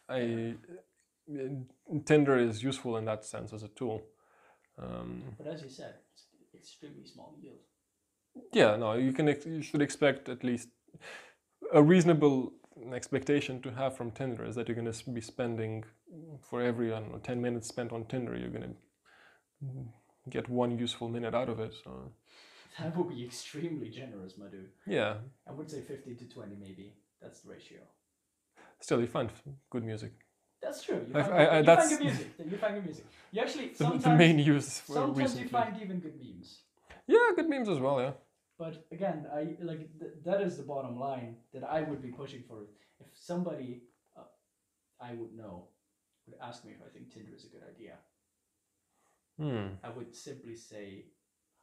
[SPEAKER 4] I, Tinder is useful in that sense as a tool. Um,
[SPEAKER 3] But as you said, it's extremely small yield.
[SPEAKER 4] yeah no you can ex- you should expect at least a reasonable expectation to have from tinder is that you're going to be spending for every i don't know 10 minutes spent on tinder you're going to get one useful minute out of it so
[SPEAKER 3] That would be extremely generous, my dude.
[SPEAKER 4] yeah
[SPEAKER 3] I would say 50 to 20, maybe. That's the ratio.
[SPEAKER 4] still you find good music
[SPEAKER 3] That's true. You
[SPEAKER 4] I-
[SPEAKER 3] find,
[SPEAKER 4] I- I-
[SPEAKER 3] you
[SPEAKER 4] that's-
[SPEAKER 3] find good music. You find good music. You actually
[SPEAKER 4] the,
[SPEAKER 3] sometimes,
[SPEAKER 4] the main use for
[SPEAKER 3] sometimes you
[SPEAKER 4] recently
[SPEAKER 3] find even good memes.
[SPEAKER 4] yeah good memes as well yeah
[SPEAKER 3] But again, I like th- that is the bottom line that I would be pushing for. If somebody uh, I would know would ask me if I think Tinder is a good idea,
[SPEAKER 4] hmm.
[SPEAKER 3] I would simply say,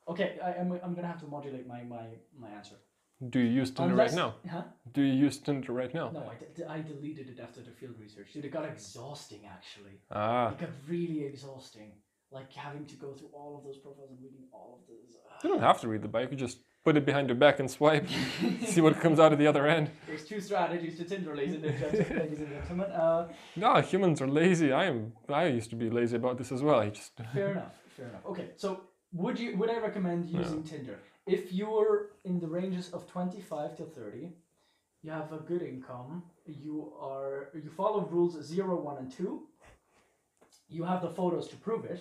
[SPEAKER 3] okay, I, I'm, I'm gonna have to modulate my my, my answer.
[SPEAKER 4] do you use tinder
[SPEAKER 3] Unless-
[SPEAKER 4] right now
[SPEAKER 3] Huh?
[SPEAKER 4] do you use tinder right now
[SPEAKER 3] No, I, de- I deleted it after the field research. Dude, it got exhausting actually.
[SPEAKER 4] ah
[SPEAKER 3] It got really exhausting. Like having to go through all of those profiles and reading all of those. uh,
[SPEAKER 4] you don't have to read the bio you could just put it behind your back and swipe see what comes out at the other end
[SPEAKER 3] There's two strategies to Tinder, ladies and gentlemen. ladies and gentlemen. Uh,
[SPEAKER 4] No, humans are lazy. I am. I used to be lazy about this as well. I just
[SPEAKER 3] fair enough. Fair enough. Okay, so would you would I recommend using Tinder if you're in the ranges of twenty five to thirty? You have a good income. You are you follow rules zero, one, and two. You have the photos to prove it.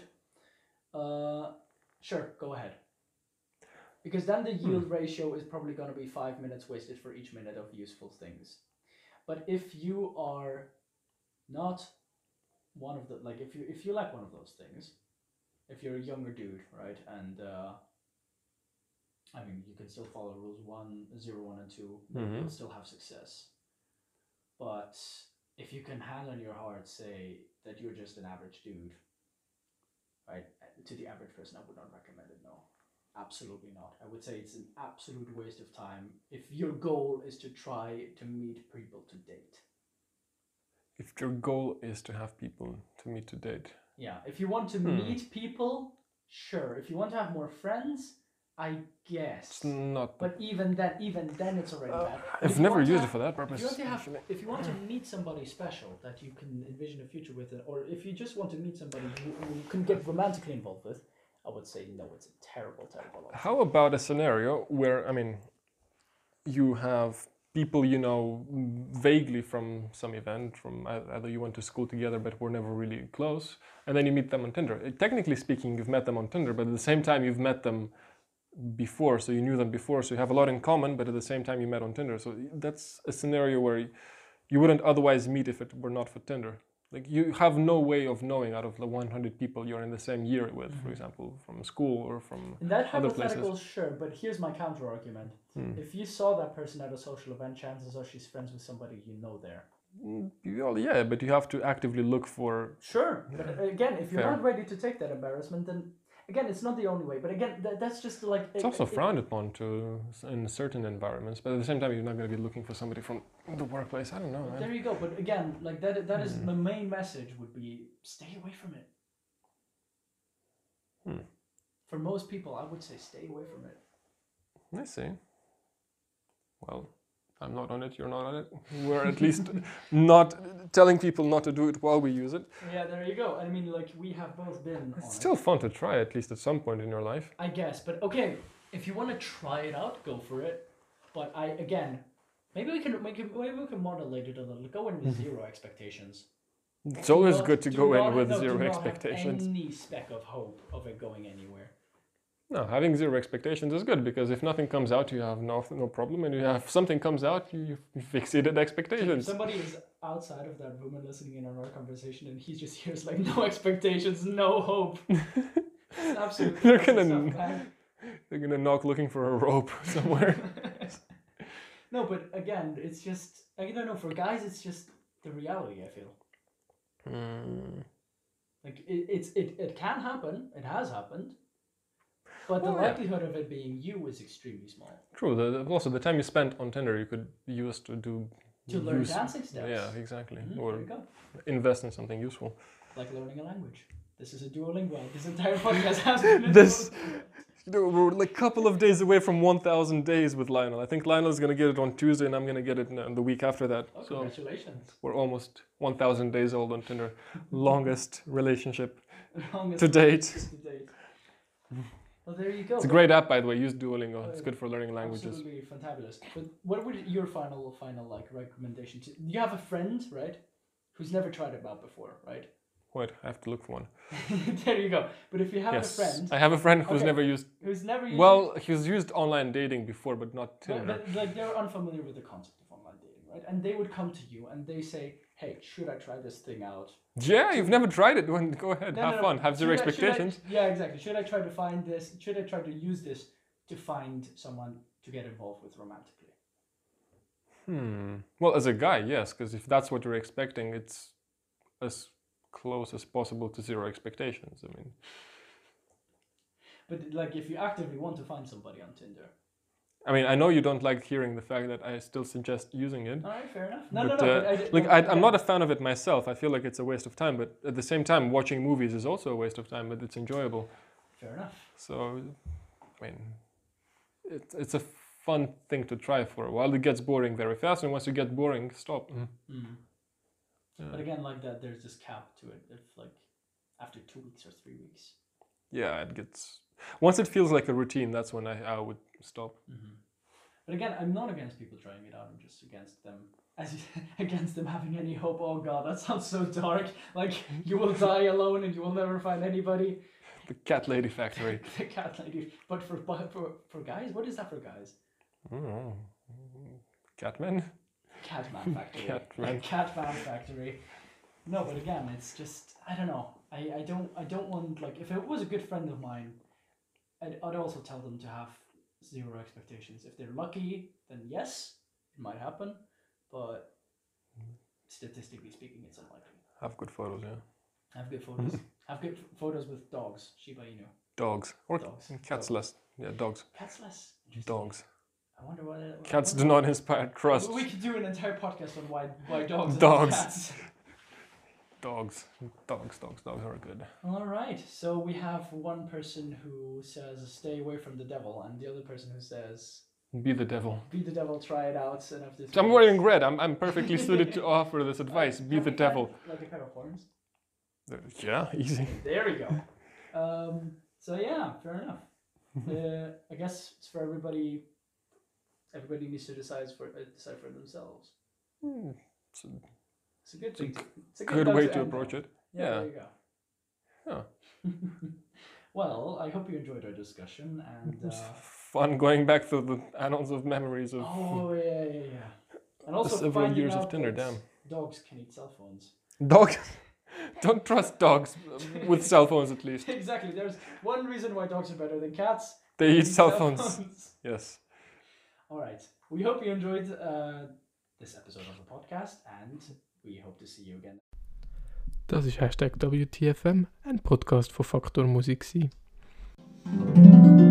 [SPEAKER 3] Uh, sure, go ahead. Because then the yield ratio is probably going to be five minutes wasted for each minute of useful things. But if you are not one of the like if you if you like one of those things, if you're a younger dude, right, and uh, I mean you can still follow rules one, zero, one, and 2
[SPEAKER 4] Mhm.
[SPEAKER 3] you'll still have success. But if you can hand on your heart say that you're just an average dude, right? To the average person, I would not recommend it. No, absolutely not. I would say it's an absolute waste of time if your goal is to try to meet people to date.
[SPEAKER 4] if your goal is to have people to meet to date,
[SPEAKER 3] Yeah, if you want to
[SPEAKER 4] Hmm.
[SPEAKER 3] meet people, sure. If you want to have more friends, I guess.
[SPEAKER 4] it's not.
[SPEAKER 3] But even then, even then, it's already bad. If
[SPEAKER 4] I've
[SPEAKER 3] you
[SPEAKER 4] never
[SPEAKER 3] want to
[SPEAKER 4] used it
[SPEAKER 3] have-
[SPEAKER 4] for that
[SPEAKER 3] If
[SPEAKER 4] purpose.
[SPEAKER 3] you, want to have,
[SPEAKER 4] actually.
[SPEAKER 3] if you want to meet somebody special that you can envision a future with, uh, or if you just want to meet somebody you, you can get romantically involved with, I would say no, it's a terrible, terrible option.
[SPEAKER 4] How about a scenario where I mean, you have people you know vaguely from some event, from ei- either you went to school together but were never really close, and then you meet them on Tinder. Uh, Technically speaking, you've met them on Tinder, but at the same time, you've met them before, so you knew them before, so you have a lot in common, but at the same time, you met on Tinder. So that's a scenario where y- you wouldn't otherwise meet if it were not for Tinder. Like you have no way of knowing out of the 100 people you're in the same year with, for example, from school or from
[SPEAKER 3] In that
[SPEAKER 4] other places. Hmm.
[SPEAKER 3] hypothetical, sure, but here's my counter argument. If you saw that person at a social event, chances are she's friends with somebody you know there.
[SPEAKER 4] You all- yeah, but you have to actively look for.
[SPEAKER 3] Sure, but again, if you're
[SPEAKER 4] Fair.
[SPEAKER 3] not ready to take that embarrassment, then again, it's not the only way. But again, that, that's just like
[SPEAKER 4] It's also frowned upon to in certain environments, but at the same time, you're not going to be looking for somebody from the workplace. I don't know,
[SPEAKER 3] There
[SPEAKER 4] man.
[SPEAKER 3] you go. But again, like that that is the main message would be stay away from it.
[SPEAKER 4] Hmm.
[SPEAKER 3] For most people, I would say stay away from it.
[SPEAKER 4] I see. Well, I'm not on it. You're not on it. We're at least not telling people not to do it while we use it.
[SPEAKER 3] Yeah, there you go. I mean, like we have both been. on
[SPEAKER 4] It's
[SPEAKER 3] it.
[SPEAKER 4] still fun to try, at least at some point in your life.
[SPEAKER 3] I guess, but okay, if you want to try it out, go for it. But I again, maybe we can maybe, maybe we can modulate it a little. Go in
[SPEAKER 4] Mm-hmm.
[SPEAKER 3] with zero expectations.
[SPEAKER 4] It's
[SPEAKER 3] Do
[SPEAKER 4] always
[SPEAKER 3] not-
[SPEAKER 4] good to
[SPEAKER 3] do
[SPEAKER 4] go in
[SPEAKER 3] not-
[SPEAKER 4] with
[SPEAKER 3] no, do
[SPEAKER 4] zero
[SPEAKER 3] not have
[SPEAKER 4] expectations.
[SPEAKER 3] Any speck of hope of it going anywhere.
[SPEAKER 4] No, having zero expectations is good because if nothing comes out, you have no no problem, and you have something comes out, you, you've
[SPEAKER 3] If
[SPEAKER 4] exceeded expectations.
[SPEAKER 3] somebody is outside of that room and listening in on our conversation, and he just hears like no expectations, no hope. Absolutely.
[SPEAKER 4] They're gonna- They're gonna knock looking for a rope somewhere.
[SPEAKER 3] no, but again, it's just I don't know. For guys, it's just the reality. I feel.
[SPEAKER 4] Hmm.
[SPEAKER 3] Like it, it's it, it can happen. It has happened. But the
[SPEAKER 4] Well, Oh, yeah.
[SPEAKER 3] likelihood of it being you is extremely small.
[SPEAKER 4] True. The, the- also, the time you spent on Tinder, you could use to do
[SPEAKER 3] To learn
[SPEAKER 4] use-
[SPEAKER 3] dancing steps.
[SPEAKER 4] Yeah, exactly.
[SPEAKER 3] Mhm, there you
[SPEAKER 4] Or
[SPEAKER 3] go.
[SPEAKER 4] invest in something useful.
[SPEAKER 3] Like learning a language. This is a Duolingo. This entire podcast has been a
[SPEAKER 4] This-
[SPEAKER 3] Duolingo.
[SPEAKER 4] You know, we're like a couple of days away from 1,000 days with Lionel. I think Lionel's gonna get it on Tuesday, and I'm gonna get it in the week after that.
[SPEAKER 3] Oh,
[SPEAKER 4] So
[SPEAKER 3] congratulations.
[SPEAKER 4] we're almost 1,000 days old on Tinder. Longest relationship
[SPEAKER 3] Longest
[SPEAKER 4] to date.
[SPEAKER 3] to date. Well, there you go.
[SPEAKER 4] It's a great app, by the way. Use Duolingo. It's good for learning languages.
[SPEAKER 3] Absolutely fantabulous. But what would your final, final like recommendation? To, you have a friend, right, who's never tried it out before, right?
[SPEAKER 4] Wait, I have to look for one.
[SPEAKER 3] there you go. But if you have
[SPEAKER 4] yes,
[SPEAKER 3] a friend
[SPEAKER 4] I have a friend who's
[SPEAKER 3] Okay.
[SPEAKER 4] never used.
[SPEAKER 3] who's never used it,
[SPEAKER 4] Well, he's used online dating before, but not
[SPEAKER 3] but,
[SPEAKER 4] Tinder.
[SPEAKER 3] but, like they're unfamiliar with the concept of online dating, right? And they would come to you and they say, "Hey, should I try this thing out?"
[SPEAKER 4] Yeah, you've never tried it. Well, Go ahead,
[SPEAKER 3] No,
[SPEAKER 4] have
[SPEAKER 3] no, no.
[SPEAKER 4] fun, have zero
[SPEAKER 3] Should I- should I-
[SPEAKER 4] expectations.
[SPEAKER 3] yeah, exactly. Should I try to find this? Should I try to use this to find someone to get involved with romantically?
[SPEAKER 4] Hmm. Well, as a guy, yes, because if that's what you're expecting, it's as close as possible to zero expectations. I mean,
[SPEAKER 3] But like, if you actively want to find somebody on Tinder,
[SPEAKER 4] I mean, I know you don't like hearing the fact that I still suggest using it.
[SPEAKER 3] all right, fair enough. No,
[SPEAKER 4] but,
[SPEAKER 3] no, no.
[SPEAKER 4] uh,
[SPEAKER 3] but I,
[SPEAKER 4] like, I, I'm not a fan of it myself. I feel like it's a waste of time. But at the same time, watching movies is also a waste of time, but it's enjoyable.
[SPEAKER 3] Fair enough.
[SPEAKER 4] So, I mean, it's it's a fun thing to try for a while. It gets boring very fast, and once you get boring, stop.
[SPEAKER 3] Mm. But again, like that, there's this cap to it. If like after two weeks or three weeks.
[SPEAKER 4] Yeah, it gets. Once it feels like a routine, that's when I, I would stop.
[SPEAKER 3] hmm But again, I'm not against people trying it out. I'm just against them. As against them having any hope. Oh God, that sounds so dark. Like you will die alone and you will never find anybody.
[SPEAKER 4] The cat lady factory.
[SPEAKER 3] the cat lady. But for but for for guys, what is that for guys?
[SPEAKER 4] Mm. Catman.
[SPEAKER 3] Catman factory.
[SPEAKER 4] Catman.
[SPEAKER 3] Catman factory. No, but again, it's just I don't know. I, I don't I don't want like if it was a good friend of mine, I'd, I'd also tell them to have zero expectations. If they're lucky, then yes, it might happen, but statistically speaking, it's unlikely.
[SPEAKER 4] Have good photos, yeah.
[SPEAKER 3] Have good
[SPEAKER 4] Hmm.
[SPEAKER 3] photos. have good f- photos with dogs. Shiba Inu.
[SPEAKER 4] Dogs or
[SPEAKER 3] Dogs.
[SPEAKER 4] cats less. Yeah, dogs.
[SPEAKER 3] Cats less. Interesting.
[SPEAKER 4] Dogs.
[SPEAKER 3] I wonder what. I
[SPEAKER 4] Cats
[SPEAKER 3] wonder-
[SPEAKER 4] do not inspire trust.
[SPEAKER 3] We could do an entire podcast on why why dogs. are
[SPEAKER 4] Dogs.
[SPEAKER 3] Cats.
[SPEAKER 4] Dogs. Dogs. Dogs. Dogs are good.
[SPEAKER 3] All right. So we have one person who says stay away from the devil, and the other person who says
[SPEAKER 4] Be the devil.
[SPEAKER 3] be the devil, try it out, and after.
[SPEAKER 4] I'm wearing red. I'm, I'm perfectly suited to offer this advice. Be the devil.
[SPEAKER 3] Like a pair of horns.
[SPEAKER 4] Yeah, easy.
[SPEAKER 3] There we go. Um. So yeah, fair enough. Uh, I guess it's for everybody. Everybody needs to decide for uh, decide for themselves.
[SPEAKER 4] It's
[SPEAKER 3] It's a good
[SPEAKER 4] It's a
[SPEAKER 3] thing. to- It's a
[SPEAKER 4] a good
[SPEAKER 3] note
[SPEAKER 4] way Hmm. to
[SPEAKER 3] end on.
[SPEAKER 4] approach it.
[SPEAKER 3] Yeah, there you go.
[SPEAKER 4] Huh.
[SPEAKER 3] well, I hope you enjoyed our discussion and uh,
[SPEAKER 4] Fun going back to the annals of memories of
[SPEAKER 3] oh yeah, yeah, yeah. And also
[SPEAKER 4] several
[SPEAKER 3] finding
[SPEAKER 4] years of
[SPEAKER 3] out
[SPEAKER 4] Tinder,
[SPEAKER 3] that
[SPEAKER 4] damn.
[SPEAKER 3] Dogs can eat cell phones.
[SPEAKER 4] dogs. Don't trust dogs uh, with cell phones, at least.
[SPEAKER 3] exactly. There's one reason why dogs are better than cats.
[SPEAKER 4] They eat cell phones. Yes.
[SPEAKER 3] All right. We hope you enjoyed uh, this episode of the podcast, and we hope to see you again.
[SPEAKER 5] Das ist Hashtag WTFM, ein Podcast von Faktor Musik. Gewesen.